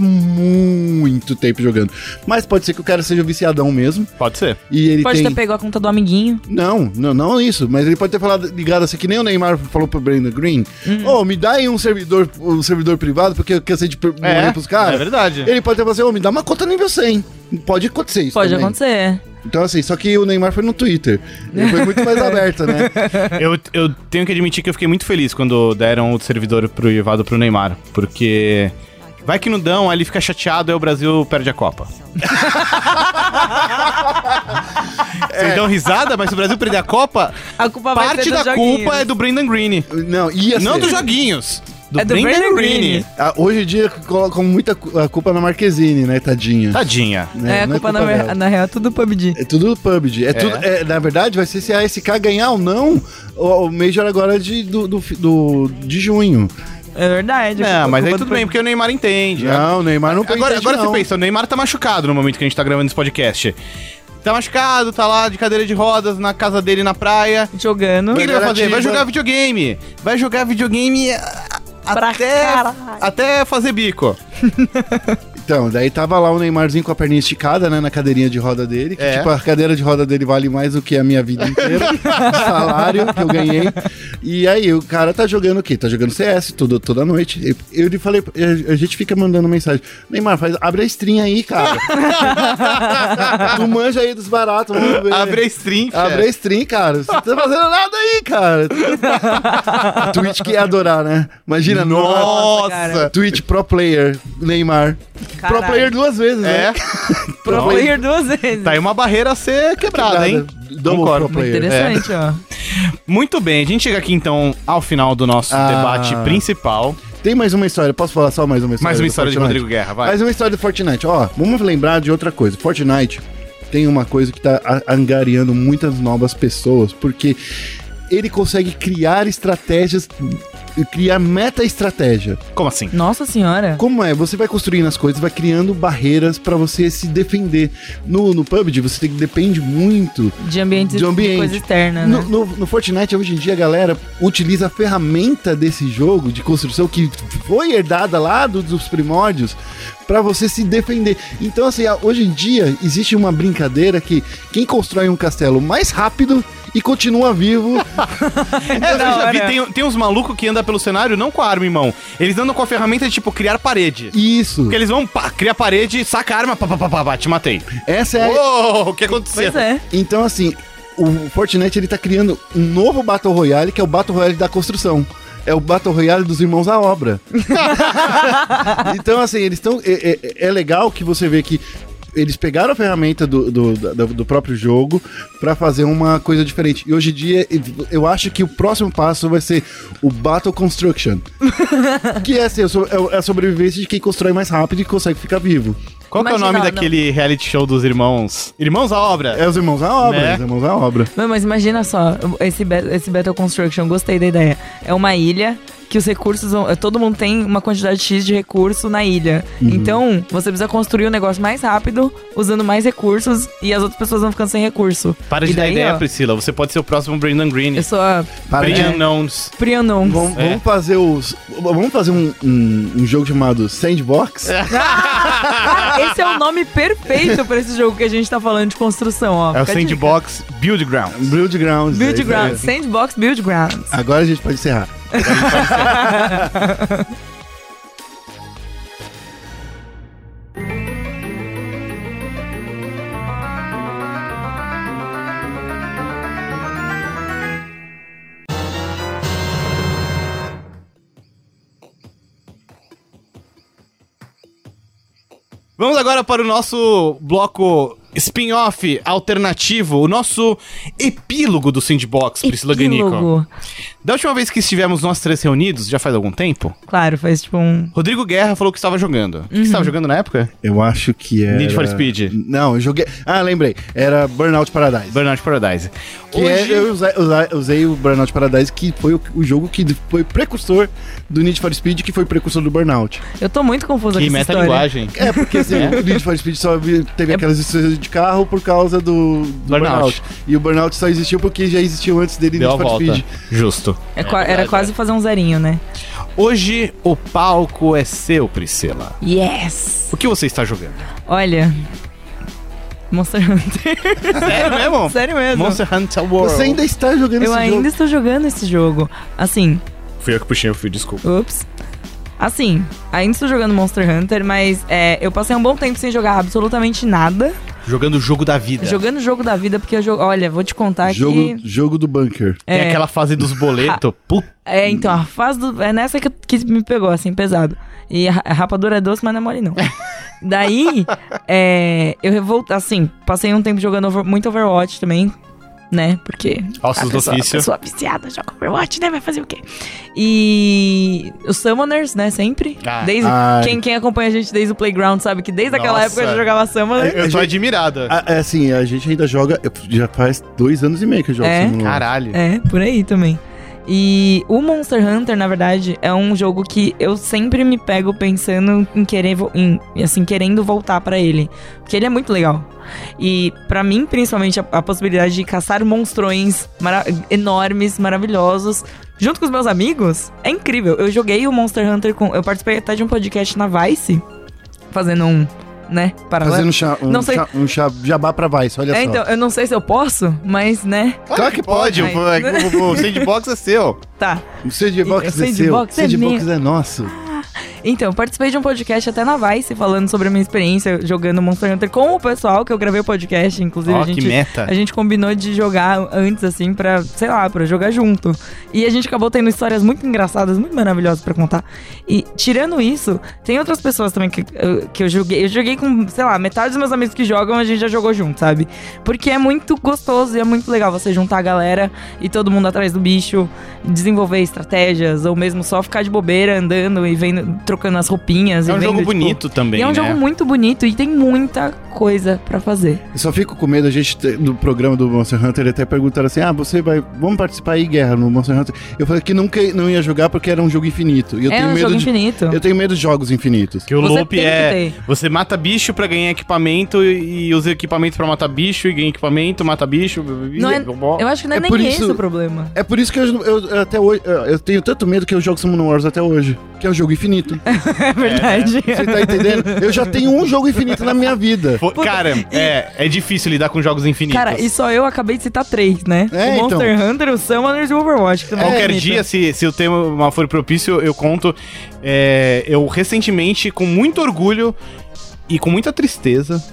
Speaker 3: muito tempo jogando. Mas pode ser que o cara seja viciadão mesmo,
Speaker 1: Pode ser.
Speaker 3: e ele
Speaker 2: Pode
Speaker 3: tem...
Speaker 2: ter pegou a conta do amiguinho.
Speaker 3: Não, não, não isso. Mas ele pode ter falado, ligado assim, que nem o Neymar falou pro Brandon Green. Ô, me dá aí um servidor, um servidor privado, porque eu cansei de per- morrer pros
Speaker 1: é
Speaker 3: caras.
Speaker 1: verdade.
Speaker 3: ele pode ter falado assim, ô, me dá uma conta nível 100. Pode acontecer isso
Speaker 2: Pode
Speaker 3: também.
Speaker 2: acontecer.
Speaker 3: Então assim, só que o Neymar foi no Twitter. Ele foi muito mais aberto, né?
Speaker 1: Eu, eu tenho que admitir que eu fiquei muito feliz quando deram o servidor privado pro Neymar, porque vai que não dão, aí ele fica chateado, aí o Brasil perde a Copa. Vocês dão risada, mas se o Brasil perder a Copa,
Speaker 2: A culpa vai
Speaker 1: parte
Speaker 2: ser
Speaker 1: da
Speaker 2: dos joguinhos.
Speaker 1: culpa é do Brendan Green.
Speaker 3: Não, ia
Speaker 1: Não
Speaker 3: ser.
Speaker 1: dos joguinhos. Do
Speaker 2: É do
Speaker 1: Brendan,
Speaker 2: Brendan
Speaker 1: Green.
Speaker 2: Greene.
Speaker 3: Ah, Hoje em dia colocam muita cu- a culpa na Marquezine, né, tadinha.
Speaker 1: Tadinha.
Speaker 3: Né,
Speaker 2: É, a
Speaker 3: não
Speaker 2: culpa, na,
Speaker 3: dela.
Speaker 2: ver- na real é tudo PUBG.
Speaker 3: É tudo PUBG. É Tudo, é, na verdade, vai ser se a SK ganhar ou não o, o Major agora de, do, do, fi- do- de junho.
Speaker 2: É verdade. a
Speaker 1: Não,
Speaker 2: culpa-
Speaker 1: mas aí
Speaker 2: culpa do
Speaker 1: tudo bem,
Speaker 2: PUBG.
Speaker 1: porque o Neymar entende.
Speaker 3: Não, o Neymar não
Speaker 1: Agora,
Speaker 3: entende,
Speaker 1: agora
Speaker 3: não.
Speaker 1: você pensa, o Neymar tá machucado no momento que a gente tá gravando esse podcast. Tá machucado, tá lá de cadeira de rodas na casa dele na praia.
Speaker 2: Jogando.
Speaker 1: O que ele vai fazer? Vai
Speaker 3: Imperativa.
Speaker 1: jogar videogame. Vai jogar videogame a- a-
Speaker 2: Pra
Speaker 1: até,
Speaker 2: caralho.
Speaker 1: até fazer bico.
Speaker 3: Então, daí tava lá o Neymarzinho com a perninha esticada, né, na cadeirinha de roda dele. Que,
Speaker 1: É.
Speaker 3: tipo, a cadeira de roda dele vale mais do que a minha vida inteira. de salário que eu ganhei. E aí, o cara tá jogando o quê? Tá jogando CS todo, toda noite. Eu, eu lhe falei, a, a gente fica mandando mensagem. Neymar, faz, abre a stream aí, cara. tu manja aí dos baratos, vamos ver.
Speaker 1: Abre a stream,
Speaker 3: É. Abre a stream, cara. Você não tá fazendo nada aí, cara. A Twitch que ia adorar, né? Imagina,
Speaker 1: Nossa,
Speaker 2: cara.
Speaker 3: Twitch Pro Player, Neymar.
Speaker 2: Caralho.
Speaker 3: Pro Player duas vezes,
Speaker 1: É,
Speaker 3: né?
Speaker 2: Pro player duas vezes.
Speaker 1: tá aí uma barreira a ser quebrada, é hein?
Speaker 3: Double
Speaker 1: Concordo.
Speaker 2: Muito
Speaker 3: Pro Player.
Speaker 1: é.
Speaker 2: interessante, ó.
Speaker 1: Muito bem, a gente chega aqui então ao final do nosso
Speaker 3: Ah.
Speaker 1: debate principal.
Speaker 3: É. Tem mais uma história, posso falar só mais uma história?
Speaker 1: Mais uma
Speaker 3: do
Speaker 1: história de
Speaker 3: Fortnite?
Speaker 1: Rodrigo Guerra, vai.
Speaker 3: Mais uma história do Fortnite. Ó, vamos lembrar de outra coisa. Fortnite tem uma coisa que tá a- angariando muitas novas pessoas, porque ele consegue criar estratégias, criar meta-estratégia.
Speaker 1: Como assim?
Speaker 2: Nossa senhora.
Speaker 3: Como é? Você vai construindo as coisas, vai criando barreiras pra você se defender. No, no PUBG, você tem que depende muito.
Speaker 2: De ambiente,
Speaker 3: De ambiente.
Speaker 2: de coisa externa, né?
Speaker 3: No, no- no Fortnite, hoje em dia, a galera utiliza a ferramenta desse jogo de construção que foi herdada lá do- dos primórdios pra você se defender. Então, assim, a- hoje em dia, existe uma brincadeira que quem constrói um castelo mais rápido e continua vivo
Speaker 1: É, eu
Speaker 2: da
Speaker 1: já
Speaker 2: hora.
Speaker 1: vi, tem, tem uns malucos que andam pelo cenário não com a arma em mão. Eles andam com a ferramenta de, tipo, criar parede.
Speaker 3: isso.
Speaker 1: Porque eles vão, pá, cria a parede, saca a arma, pá, pá, pá, pá, pá te matei.
Speaker 3: Essa é a
Speaker 1: Uou, o que aconteceu?
Speaker 2: Pois é.
Speaker 3: Então, assim, o Fortnite ele tá criando um novo Battle Royale, que é o Battle Royale da construção. É o Battle Royale dos Irmãos à Obra. então, assim, eles estão. É, é- é legal que você vê que. Eles pegaram a ferramenta do, do, da- do próprio jogo pra fazer uma coisa diferente. E hoje em dia, eu acho que o próximo passo vai ser o Battle Construction. que é, assim, é a sobrevivência de quem constrói mais rápido e consegue ficar vivo.
Speaker 1: Qual que é o
Speaker 2: Imagina,
Speaker 1: nome
Speaker 2: não.
Speaker 1: daquele reality show dos irmãos? Irmãos à obra?
Speaker 3: É os Irmãos à Obra.
Speaker 1: Né?
Speaker 3: Os Irmãos à Obra.
Speaker 2: Mas, mas imagina só, esse, ba- esse Battle Construction, gostei da ideia. É uma ilha que os recursos vão. Todo mundo tem uma quantidade X de recurso na ilha.
Speaker 1: Uhum.
Speaker 2: Então, você precisa construir o negócio mais rápido, usando mais recursos, e as outras pessoas vão ficando sem recurso.
Speaker 1: Para
Speaker 2: E
Speaker 1: de dar
Speaker 2: daí,
Speaker 1: ideia,
Speaker 2: ó, é-
Speaker 1: Priscila. Você pode ser o próximo Brandon Green.
Speaker 2: Eu sou a
Speaker 3: Para de-
Speaker 1: Brian Nouns.
Speaker 2: Prianon.
Speaker 3: Vamos,
Speaker 1: É.
Speaker 3: vamos fazer os. Vamos fazer um, um- um jogo chamado Sandbox?
Speaker 1: É.
Speaker 2: Ah, esse é o nome perfeito pra esse jogo que a gente tá falando de construção, ó.
Speaker 1: É o
Speaker 2: Fica a dica.
Speaker 1: Sandbox Build Ground.
Speaker 3: Um Build Grounds.
Speaker 2: Build
Speaker 3: é,
Speaker 2: Grounds. Sandbox Build Grounds.
Speaker 3: é. Agora a gente pode encerrar.
Speaker 1: Vamos agora para o nosso bloco spin-off alternativo, o nosso epílogo do Sandbox, Priscila Ganico.
Speaker 2: Epílogo.
Speaker 1: Da última vez que estivemos nós três reunidos, já faz algum tempo,
Speaker 2: Claro, faz tipo um.
Speaker 1: Rodrigo Guerra falou que estava jogando. O que você estava jogando na época?
Speaker 3: Eu acho que é.
Speaker 1: Need for Speed.
Speaker 3: Não, eu joguei. Ah, lembrei. Era Burnout Paradise.
Speaker 1: Burnout Paradise.
Speaker 3: Que é- eu usei, usei- usei o Burnout Paradise, que foi o, o jogo que foi precursor do Need for Speed, que foi precursor do Burnout.
Speaker 2: Eu tô muito confusa
Speaker 1: Que
Speaker 2: com essa história.
Speaker 1: meta-linguagem.
Speaker 3: É, porque assim, o Need for Speed só vi- teve aquelas histórias de carro por causa do, do
Speaker 1: Burnout.
Speaker 3: E o burnout só existiu porque já existiu antes dele
Speaker 1: Deu a
Speaker 3: Need for
Speaker 1: volta.
Speaker 3: Speed.
Speaker 1: Justo.
Speaker 2: É qua- era quase fazer um zerinho, né?
Speaker 1: Hoje o palco é seu, Priscila.
Speaker 2: Yes!
Speaker 1: O que você está jogando?
Speaker 2: Olha. Monster Hunter.
Speaker 1: Sério É mesmo?
Speaker 2: Sério mesmo.
Speaker 1: Monster Hunter World.
Speaker 3: Você ainda está jogando
Speaker 2: Eu
Speaker 3: esse
Speaker 2: ainda
Speaker 3: jogo.
Speaker 2: estou jogando esse jogo. Assim,
Speaker 4: Fui eu que puxei o fio, desculpa.
Speaker 2: Ups. Assim, ainda estou jogando Monster Hunter, mas é, eu passei um bom tempo sem jogar absolutamente nada.
Speaker 1: Jogando o jogo da vida.
Speaker 2: Jogando o jogo da vida, porque eu jogo. Olha, vou te contar
Speaker 3: Jogo,
Speaker 2: que.
Speaker 3: jogo do bunker.
Speaker 1: Tem
Speaker 2: é,
Speaker 1: aquela fase dos boletos. Puta.
Speaker 2: É, então, a fase do. É nessa que, eu- que me pegou, assim, pesado. E a, a rapadura é doce, mas não é mole, não. Daí, é, eu revoltei. Assim, passei um tempo jogando over- muito Overwatch também, né? Porque
Speaker 1: Ossos do
Speaker 2: pessoa,
Speaker 1: ofício.
Speaker 2: pessoa viciada, joga Overwatch, né? Vai fazer o quê? E os Summoners, né? Sempre.
Speaker 1: Ah,
Speaker 2: desde,
Speaker 3: ai.
Speaker 2: quem, quem acompanha a gente desde o Playground sabe que desde aquela
Speaker 1: Nossa.
Speaker 2: época eu já jogava Summoner.
Speaker 1: Eu tô admirada.
Speaker 3: A- é assim, a gente ainda joga. eu- Já faz dois anos e meio que eu jogo
Speaker 2: É?
Speaker 3: Simon Lodge.
Speaker 1: Caralho.
Speaker 2: É, por aí também. E o Monster Hunter, na verdade, é um jogo que eu sempre me pego pensando em querer, vo- em, assim, querendo voltar pra ele, porque ele é muito legal. E pra mim, principalmente a, a possibilidade de caçar monstrões mara- enormes, maravilhosos, junto com os meus amigos, é incrível. Eu joguei o Monster Hunter com, eu participei até de um podcast na Vice, fazendo um, né, paralelo.
Speaker 3: Fazendo um, chá, um,
Speaker 2: Não sei-
Speaker 3: chá- um chá- jabá pra Vice, olha
Speaker 2: É,
Speaker 3: só.
Speaker 2: então, eu não sei se eu posso, mas, né,
Speaker 1: Claro que pode.
Speaker 3: Tipo,
Speaker 2: Ai.
Speaker 3: é
Speaker 1: o- O o sandbox é seu.
Speaker 2: tá.
Speaker 3: O Sandbox é
Speaker 2: O sandbox
Speaker 3: seu,
Speaker 2: é
Speaker 3: o Sandbox é nosso.
Speaker 2: Então, eu participei de um podcast até na Vice falando sobre a minha experiência jogando Monster Hunter com o pessoal, que eu gravei o podcast, inclusive
Speaker 1: Ó,
Speaker 2: a
Speaker 1: que
Speaker 2: gente.
Speaker 1: meta.
Speaker 2: A gente combinou de jogar antes, assim, pra, sei lá, pra jogar junto. E a gente acabou tendo histórias muito engraçadas, muito maravilhosas pra contar. E, tirando isso, tem outras pessoas também que, eu- que eu joguei. Eu joguei com, sei lá, metade dos meus amigos que jogam, a gente já jogou junto, sabe? Porque é muito gostoso e é muito legal você juntar a galera e todo mundo atrás do bicho, desenvolver estratégias, ou mesmo só ficar de bobeira andando e vendo, trocando as roupinhas.
Speaker 1: É um
Speaker 2: e vendo,
Speaker 1: jogo
Speaker 2: tipo,
Speaker 1: bonito também,
Speaker 2: e é um
Speaker 1: né?
Speaker 2: jogo muito bonito e tem muita coisa pra fazer.
Speaker 3: Eu só fico com medo, a gente te- do programa do Monster Hunter até perguntaram assim: ah, você vai. Vamos participar aí, guerra, no Monster Hunter. Eu falei que nunca não ia jogar porque era um jogo infinito. E eu
Speaker 2: é
Speaker 3: tenho
Speaker 2: um
Speaker 3: medo
Speaker 2: jogo
Speaker 3: de.
Speaker 2: infinito.
Speaker 3: Eu tenho medo de jogos infinitos.
Speaker 1: Que o
Speaker 2: Você
Speaker 1: loop
Speaker 2: tem que
Speaker 1: é.
Speaker 2: ter.
Speaker 1: Você mata bicho pra ganhar equipamento e e usa equipamento pra matar bicho e ganha equipamento, mata bicho.
Speaker 2: Não é- Eu acho que não é,
Speaker 3: É por
Speaker 2: nem
Speaker 3: isso-
Speaker 2: esse o problema.
Speaker 3: É por isso que eu, eu- eu até hoje. Eu eu tenho tanto medo que eu jogo Summon Wars até hoje. Que é um jogo infinito.
Speaker 2: É verdade.
Speaker 3: Você tá entendendo? Eu já tenho um jogo infinito na minha vida.
Speaker 1: Pô, Cara, é, é difícil lidar com jogos infinitos.
Speaker 2: Cara, e só eu acabei de citar três, né?
Speaker 3: É,
Speaker 2: o Monster Hunter, o Summoners e o Overwatch. Que também
Speaker 1: então. Qualquer
Speaker 2: é bonito.
Speaker 1: dia, se, se o tema for propício, eu conto. É, eu recentemente, com muito orgulho e com muita tristeza,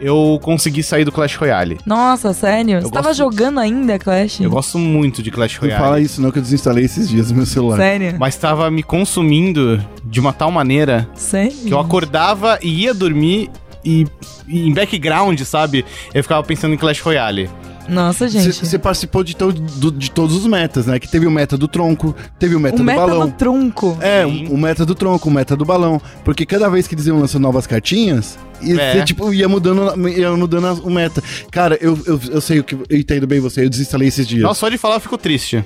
Speaker 1: eu consegui sair do Clash Royale.
Speaker 2: Nossa, sério? Você tava
Speaker 1: gosto-
Speaker 2: jogando ainda, Clash?
Speaker 1: Eu gosto muito de Clash
Speaker 3: Não
Speaker 1: Royale.
Speaker 3: fala isso, não, que eu desinstalei esses dias no meu celular.
Speaker 2: Sério?
Speaker 1: Mas tava me consumindo de uma tal maneira
Speaker 2: Sério?
Speaker 1: que eu acordava e ia dormir e, e em background, sabe? Eu ficava pensando em Clash Royale.
Speaker 2: Nossa, gente.
Speaker 3: Você participou de, to- do- de todos os metas, né? Que teve o meta do tronco, teve o meta
Speaker 2: o
Speaker 3: do
Speaker 2: meta
Speaker 3: balão.
Speaker 2: no trunco.
Speaker 3: É,
Speaker 1: Sim.
Speaker 3: o, o meta do tronco, o meta do balão. Porque cada vez que eles iam lançando novas cartinhas, e
Speaker 1: É.
Speaker 3: você, tipo, ia mudando, ia mudando as- o meta. Cara, eu, eu, eu sei o que. Eu entendo bem você, eu desinstalei esses dias.
Speaker 1: Nossa, só de falar eu fico triste.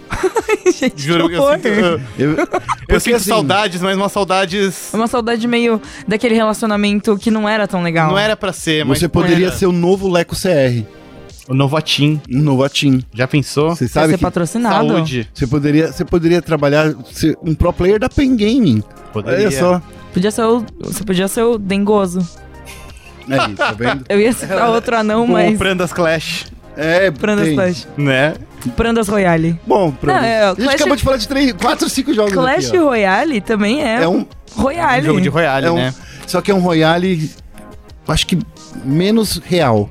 Speaker 2: gente,
Speaker 1: Juro,
Speaker 2: que
Speaker 1: eu
Speaker 2: horror.
Speaker 1: sinto, eu,
Speaker 3: Eu,
Speaker 1: eu
Speaker 3: porque,
Speaker 1: sinto
Speaker 3: assim,
Speaker 1: saudades, mas umas saudades.
Speaker 2: É uma saudade meio daquele relacionamento que não era tão legal.
Speaker 1: Não era pra ser, mas.
Speaker 3: Você poderia
Speaker 1: era.
Speaker 3: ser o novo Leco CR,
Speaker 1: O Novatim.
Speaker 3: um novo Atim.
Speaker 1: Já pensou?
Speaker 3: Você
Speaker 2: Você ia
Speaker 3: sabe
Speaker 2: ser
Speaker 3: que
Speaker 2: patrocinado.
Speaker 1: Saúde.
Speaker 3: você poderia, você poderia trabalhar, ser um pro player da Pen Gaming. Olha só.
Speaker 2: Podia ser o... Você podia ser o Dengoso.
Speaker 1: É
Speaker 3: Aí, tá vendo?
Speaker 2: Eu ia citar outro anão, mas...
Speaker 1: O Prandas Clash,
Speaker 3: É,
Speaker 2: Prandas
Speaker 3: tem.
Speaker 2: Clash.
Speaker 1: né?
Speaker 2: Prandas Royale.
Speaker 3: Bom, pra
Speaker 2: Não, é,
Speaker 3: a gente
Speaker 2: Clash-
Speaker 3: acabou de falar de três, quatro, cinco jogos.
Speaker 2: Clash
Speaker 3: aqui, ó.
Speaker 2: Royale também é,
Speaker 3: é um
Speaker 1: Um
Speaker 2: Royale.
Speaker 1: jogo de Royale,
Speaker 3: É um-
Speaker 1: né?
Speaker 3: Só que é um Royale, acho que menos real.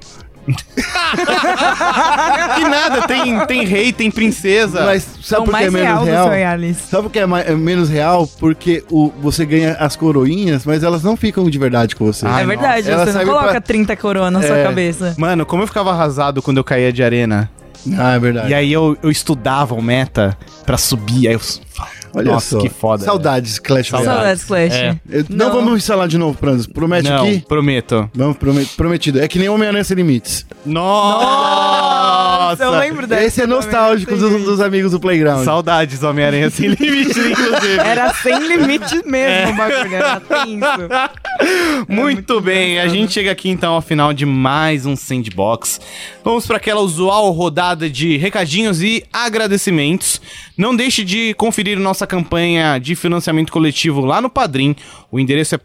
Speaker 1: Que nada, tem, tem rei, tem princesa.
Speaker 3: Mas
Speaker 2: São
Speaker 3: sabe por que é
Speaker 2: mais
Speaker 3: menos
Speaker 2: real dos
Speaker 3: real?
Speaker 2: Royales.
Speaker 3: Sabe por que é, mai- é menos real? Porque o, você ganha as coroinhas, mas elas não ficam de verdade com você.
Speaker 1: Ah, Ai,
Speaker 2: é verdade,
Speaker 3: nossa. Ela
Speaker 2: você não
Speaker 3: serve
Speaker 2: coloca
Speaker 3: pra-
Speaker 2: 30 coroa na sua
Speaker 3: É.
Speaker 2: cabeça.
Speaker 1: Mano, como eu ficava arrasado quando eu caía de arena.
Speaker 3: Ah, é verdade.
Speaker 1: E aí eu, eu estudava o meta pra subir. Aí eu.
Speaker 3: Olha
Speaker 1: Nossa,
Speaker 3: só.
Speaker 1: que foda. né?
Speaker 3: Saudades, Clash Royale.
Speaker 2: Saudades, Clash.
Speaker 1: É.
Speaker 3: Eu- não.
Speaker 2: Não.
Speaker 3: vamos instalar de novo, Prandas. Promete
Speaker 1: Não,
Speaker 3: aqui?
Speaker 1: prometo.
Speaker 3: Vamos, prome- prometido. É que nem Homem-Aranha Sem Limites.
Speaker 1: Nossa!
Speaker 2: Eu lembro dessa. assim.
Speaker 3: Esse é nostálgico dos, dos amigos do Playground.
Speaker 1: Saudades do É, Homem-Aranha Sem Limites, inclusive.
Speaker 2: Era sem limite mesmo o bagulho, era tenso.
Speaker 1: Muito bem, a gente chega aqui então ao final de mais um Sandbox. Vamos para aquela usual rodada de recadinhos e agradecimentos. Não deixe de conferir nossa campanha de financiamento coletivo lá no Padrim. O endereço é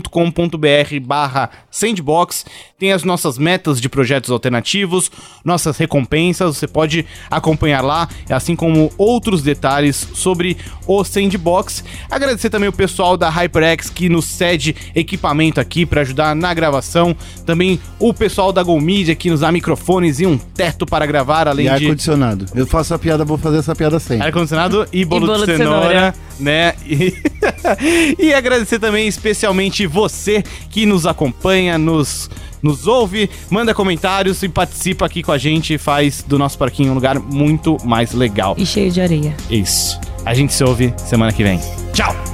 Speaker 1: padrim.com.br barra sandbox. Tem as nossas metas de projetos alternativos, nossas recompensas, você pode acompanhar lá, assim como outros detalhes sobre o Sandbox. Agradecer também o pessoal da HyperX que nos cede equipamento aqui para ajudar na gravação. Também o pessoal da Go Media que nos dá microfones e um teto para gravar, além
Speaker 3: E é
Speaker 1: de
Speaker 3: ar-condicionado. Eu faço a piada, vou fazer essa piada sempre.
Speaker 1: ar-condicionado e bolo,
Speaker 2: bolo
Speaker 1: de,
Speaker 2: de
Speaker 1: cenoura,
Speaker 2: cenoura.
Speaker 1: né? E... e agradecer também especialmente você que nos acompanha, nos nos ouve, manda comentários e participa aqui com a gente, faz do nosso parquinho um lugar muito mais legal.
Speaker 2: E cheio de areia.
Speaker 1: Isso. A gente se ouve semana que vem. Tchau.